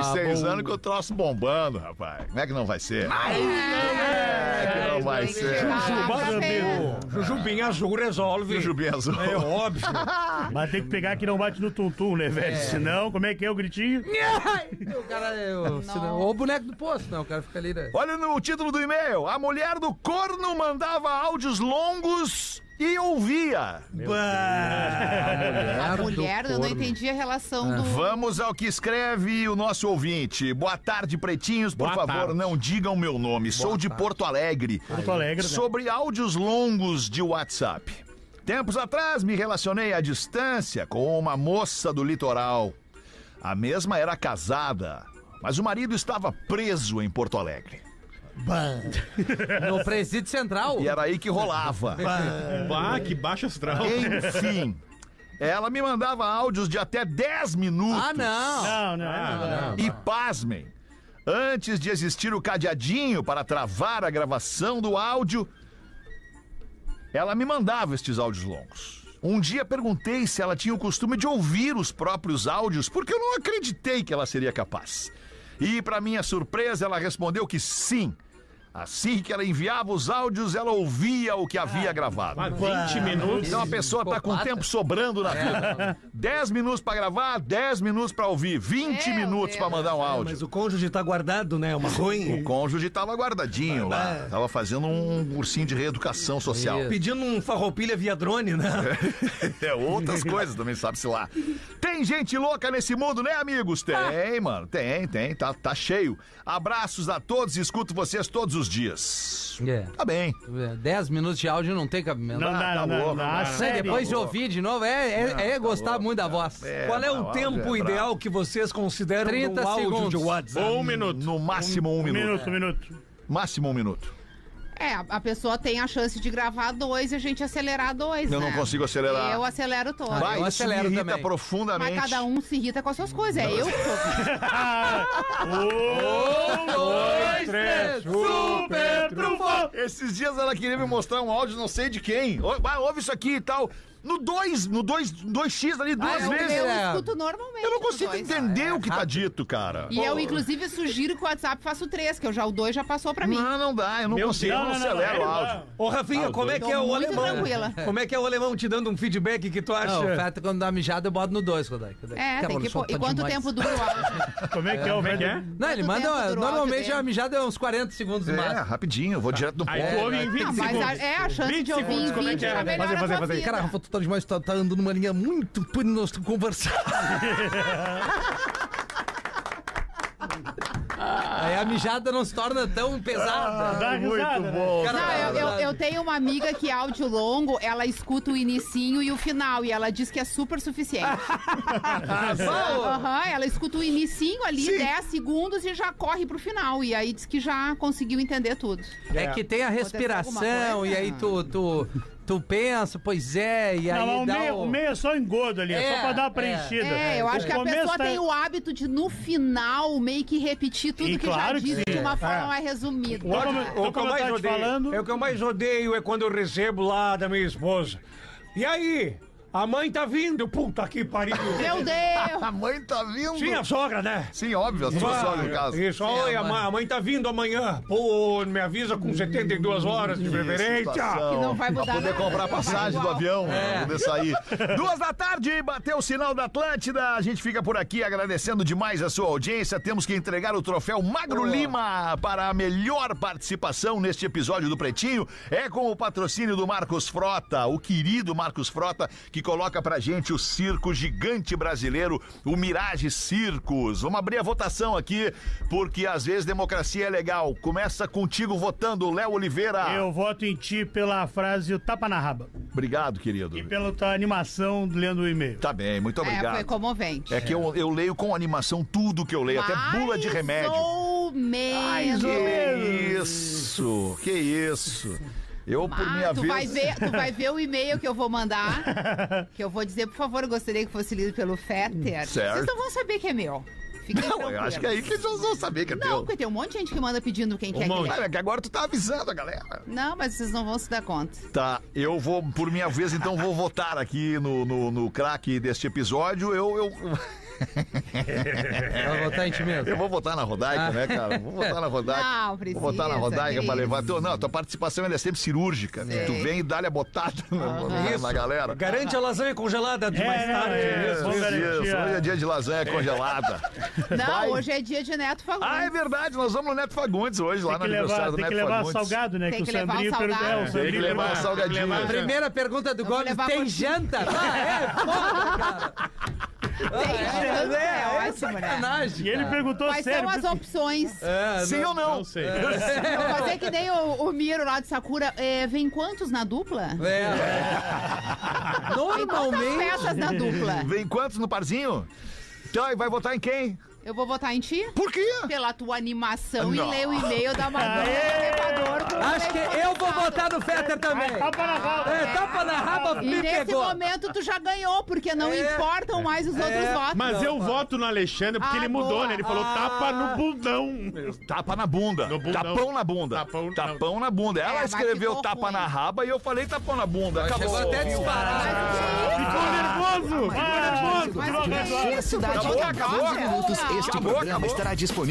S2: 76 anos com o troço bombando, rapaz. Como é que não vai ser? Como é que não vai
S3: tem que
S2: ser?
S3: chegar lá pra ver.
S6: Jujubim azul resolve.
S2: Jujubim azul.
S6: É óbvio.
S5: Mas tem que pegar que não bate no tuntum, né, velho? Senão, como é que é o gritinho?
S4: o cara, eu, senão, ou o boneco do poço, não, o cara fica ali, né?
S2: Olha no título do e-mail. A mulher do corno mandava áudios longos e ouvia.
S3: A mulher, eu não
S4: corno.
S3: entendi a relação do.
S2: Vamos ao que escreve o nosso ouvinte. Boa tarde, pretinhos. Por
S7: Boa
S2: favor,
S7: tarde.
S2: não digam meu nome. Sou de Porto Alegre.
S5: Porto Alegre, né?
S2: Sobre áudios longos de WhatsApp. Tempos atrás me relacionei à distância com uma moça do litoral. A mesma era casada. mas o marido estava preso em Porto Alegre.
S4: No É presídio central.
S2: E é era aí que rolava.
S7: Bah, que baixo astral.
S2: Enfim, ela me mandava áudios de até 10 minutos.
S4: Ah, não.
S5: Não, não, não.
S2: E pasmem, antes de existir o cadeadinho para travar a gravação do áudio, ela me mandava estes áudios longos. Um dia perguntei se ela tinha o costume de ouvir os próprios áudios, porque eu não acreditei que ela seria capaz. E, para minha surpresa, ela respondeu que sim. Assim que ela enviava os áudios, ela ouvia o que havia gravado.
S7: Ah, 20 minutos. É.
S2: Então a pessoa tá com
S4: Psicopata.
S2: tempo sobrando na vida. 10 minutos pra gravar, 10 minutos pra ouvir, 20
S3: Meu
S2: minutos pra
S3: Deus.
S2: mandar um áudio.
S6: Mas o cônjuge tá guardado, né? Uma ruim.
S2: O cônjuge tava guardadinho lá, tava fazendo um cursinho de reeducação social.
S4: Isso.
S6: Pedindo um farroupilha via drone, né?
S2: É outras coisas também, sabe-se lá. Tem gente louca nesse mundo, né, amigos? Tem, mano, tem, tem, tá, tá cheio. Abraços a todos, escuto vocês todos os dias.
S4: É.
S2: Tá bem.
S4: 10 minutos de áudio não tem cabimento.
S5: Não
S2: Ah,
S5: dá,
S2: tá
S5: não,
S2: louco,
S5: não, não. A
S2: não.
S4: Aí
S5: série-
S4: depois de ouvir de novo, é, é, é gostar muito da voz.
S6: Qual é
S2: não,
S6: o
S2: áudio
S6: tempo
S2: é
S6: ideal que vocês consideram
S4: 30
S6: no áudio
S4: segundos.
S6: de WhatsApp?
S7: Ou um minuto.
S2: No máximo um,
S5: Um
S2: minuto.
S5: minuto, um minuto.
S2: Máximo um minuto.
S3: É, a- a pessoa tem a chance de gravar dois e a gente acelerar dois.
S2: Eu
S3: né?
S2: não consigo acelerar.
S3: Eu acelero todos.
S4: Vai. É. eu
S2: Vai, isso me
S4: acelero
S2: irrita
S4: também.
S2: profundamente.
S3: Mas cada um se irrita com as suas coisas. É eu que tô
S4: Dois, três,
S5: Super trufão!
S2: Esses dias ela queria me mostrar um áudio, não sei de quem. Ô, vai, Ouve isso aqui e tal. No 2, no 2, 2x ali duas
S4: é o
S3: eu,
S2: vezes.
S4: meu.
S3: eu
S4: é.
S3: escuto normalmente.
S2: Eu não
S3: os
S2: consigo
S3: dois.
S2: entender o que tá dito, cara.
S3: E eu, inclusive, sugiro que o WhatsApp faça o três, que eu já o dois já passou pra mim.
S2: Não, não dá, eu não consigo, eu não, acelero o áudio.
S6: Ô, Rafinha,
S2: Ah,
S6: como é que é o
S3: Muito
S6: alemão?
S3: tranquila.
S6: Como é que é o alemão te dando um feedback que tu
S4: Não, o
S6: acha?
S4: Feta, quando dá mijada, eu boto no 2, Kodak.
S3: É, tem que pôr.
S4: tá
S3: E quanto tempo dura o áudio?
S5: Como é que é o
S7: Como é que é?
S5: velho?
S4: Não, ele
S3: Quanto tempo
S4: manda.
S3: dura o
S4: Normalmente
S3: áudio
S4: a mijada é uns 40 segundos no
S2: É,
S4: máximo.
S2: rapidinho, eu vou direto no ponto.
S7: Aí tu ouve em 20
S3: Ah, mas
S7: segundos.
S3: a, é a chance
S7: 20
S3: de ouvir
S7: segundos,
S3: em
S7: como é
S3: 20
S7: que é?
S3: já melhora
S6: Fazer,
S3: a
S6: fazer,
S3: tua
S6: fazer.
S3: vida.
S4: Cara, Rafa, tu tá demais, tu tá, tá andando numa linha muito pra nós conversar. Aí a mijada não se torna tão pesada.
S5: Dá risada, né?
S4: Cara,
S3: Não, eu, eu- eu tenho uma amiga que áudio longo, ela escuta o inicinho e o final, e ela diz que é super suficiente. Aham, ela escuta o inicinho ali, 10 segundos, e já corre pro final. E aí diz que já conseguiu entender tudo.
S4: É que tem a
S3: Aconteceu
S4: respiração,
S3: alguma
S4: e aí tu, tu, tu pensa, pois é, e aí
S5: Não, Tá, mas o
S4: dá
S5: meio,
S4: o-
S5: o meio é só engodo ali, é,
S4: É,
S5: só pra dar uma
S4: é.
S5: preenchida.
S3: Então, É, eu acho que a
S5: começo
S3: pessoa
S5: tá-
S3: tem o hábito de, no final, meio que repetir tudo
S5: E
S3: que
S5: claro
S3: já
S5: que
S3: disse
S5: sim.
S3: de uma forma
S6: É.
S3: mais resumida.
S5: Olha como-
S6: O
S5: como eu tava te
S6: odeio,
S5: falando-
S6: É o que eu mais odeio é quando eu recebo lá da minha esposa. E aí? A mãe tá vindo, puta que pariu.
S3: Meu Deus!
S2: A mãe tá vindo.
S6: Sim, a sogra, né?
S2: Sim, óbvio, a sua sogra no caso.
S6: Isso, oi, a, mãe, a mãe tá vindo amanhã. Pô, me avisa com 72 horas de preferência.
S2: situação.
S3: Que não vai mudar
S2: Pra poder
S3: nada,
S2: comprar
S3: não vai
S2: passagem do
S3: igual.
S2: avião, pra poder sair. Duas da tarde, bateu o sinal da Atlântida. A gente fica por aqui agradecendo demais a sua audiência. Temos que entregar o troféu Magro Lima para a melhor participação neste episódio do Pretinho. É com o patrocínio do Marcos Frota, o querido Marcos Frota, que coloca pra gente o circo gigante brasileiro, o Mirage Circos. Vamos abrir a votação aqui, porque às vezes democracia é legal. Começa contigo votando, Léo Oliveira.
S5: Eu voto em ti pela frase o tapa na raba.
S2: Obrigado, querido.
S5: E pela tua animação lendo o e-mail.
S2: Tá bem, muito
S3: É,
S2: obrigado. É,
S3: foi comovente.
S2: que eu, eu leio com animação tudo que eu leio, até bula de remédio.
S3: Ou
S2: Ai,
S3: menos.
S2: que isso, que isso. Eu, por
S3: Ah,
S2: minha
S3: tu,
S2: vez.
S3: vai ver, tu vai ver o e-mail que eu vou mandar. Que eu vou dizer, por favor, eu gostaria que fosse lido pelo Fetter.
S2: Certo.
S3: Vocês não vão saber que é meu. Fiquem
S2: Não, eu acho que é aí que eles vão saber que é
S3: Não,
S2: teu.
S3: porque tem um monte de gente que manda pedindo
S5: Um
S3: quem quer que
S7: monte.
S3: leia.
S2: Cara, é que agora tu tá avisando a galera.
S3: Não, mas vocês não vão se dar conta.
S2: Tá, eu vou, por minha vez, então vou votar aqui no, no, no craque deste episódio. Eu, eu,
S4: Vai botar em ti É mesmo.
S2: eu vou votar na Rodaica, né, cara? Vou votar na Rodaica.
S3: Não,
S2: Vou
S3: precisa,
S2: votar na Rodaica
S3: que
S2: pra
S3: isso.
S2: levar. Teu, não, tua participação ela é sempre cirúrgica.
S3: Sei.
S2: Tu vem e dá-lhe a botada na- na, na galera.
S6: Garante a lasanha congelada de
S5: É,
S6: mais tarde.
S5: é, é,
S6: Isso,
S5: vamos
S6: isso.
S5: garantir.
S2: Isso, hoje é dia de lasanha congelada.
S3: Não,
S2: Vai.
S3: hoje é dia de Neto Fagundes.
S2: Ah, é verdade, nós vamos no Neto Fagundes hoje, lá
S5: Tem
S2: no
S5: que levar,
S2: aniversário
S5: tem
S2: do
S5: que
S2: Neto
S5: levar
S2: Fagundes.
S5: salgado, né?
S3: Tem
S5: que,
S3: que
S5: o
S3: levar
S5: Sandrinho
S3: o salgado.
S5: perguntou. É, o
S2: Tem
S3: Tem
S2: que
S5: Sandrinho
S2: levar
S5: perguntou.
S2: salgadinho.
S4: Primeira pergunta do
S3: Eu vou
S4: Gomes:
S3: levar
S4: tem
S3: por ti.
S4: janta? Ah, é foda, cara.
S3: Tem chance, é, ótimo, né?
S4: Sacanagem.
S5: E ele perguntou
S3: Quais
S5: sério.
S3: são as opções?
S4: É,
S2: Sim ou não?
S7: Não sei.
S3: Eu vou fazer é que nem o, o Miro lá de Sakura. É, vem quantos na dupla?
S4: É.
S3: Quantas
S4: Normalmente.
S3: peças na dupla?
S2: Vem quantos no parzinho? Então, e vai votar em quem?
S3: Eu vou votar em ti
S2: Por quê?
S3: pela tua animação
S2: Não.
S3: e ler o e-mail da Madonna é
S5: Aê!
S3: Elevador com
S4: Acho que eu vou votar no Fetter também.
S5: Tapa na raba.
S4: É, tapa na raba,
S3: tá E
S4: me
S3: nesse
S4: pegou.
S3: momento tu já ganhou, porque não
S4: É.
S3: importam mais os outros
S4: É.
S3: votos.
S10: Mas eu voto no Alexandre porque
S3: Ah,
S10: ele mudou,
S3: boa.
S10: né? Ele falou
S4: Ah.
S10: tapa no bundão.
S2: Tapa na bunda.
S10: No bundão.
S2: Tapão na bunda.
S10: Tapão na-
S2: na bunda.
S3: É,
S2: Ela
S3: mas
S2: escreveu
S3: ficou
S2: tapa
S3: ruim.
S2: na raba e eu falei tapão na bunda. Acabou.
S4: Chegou até a disparar.
S10: Nervoso!
S7: tá
S3: Mas que isso,
S1: Acabou,
S3: Dadi?
S2: acabou,
S3: Olha.
S1: Minutos, este
S2: Acabou,
S1: programa
S2: acabou.
S1: estará disponível.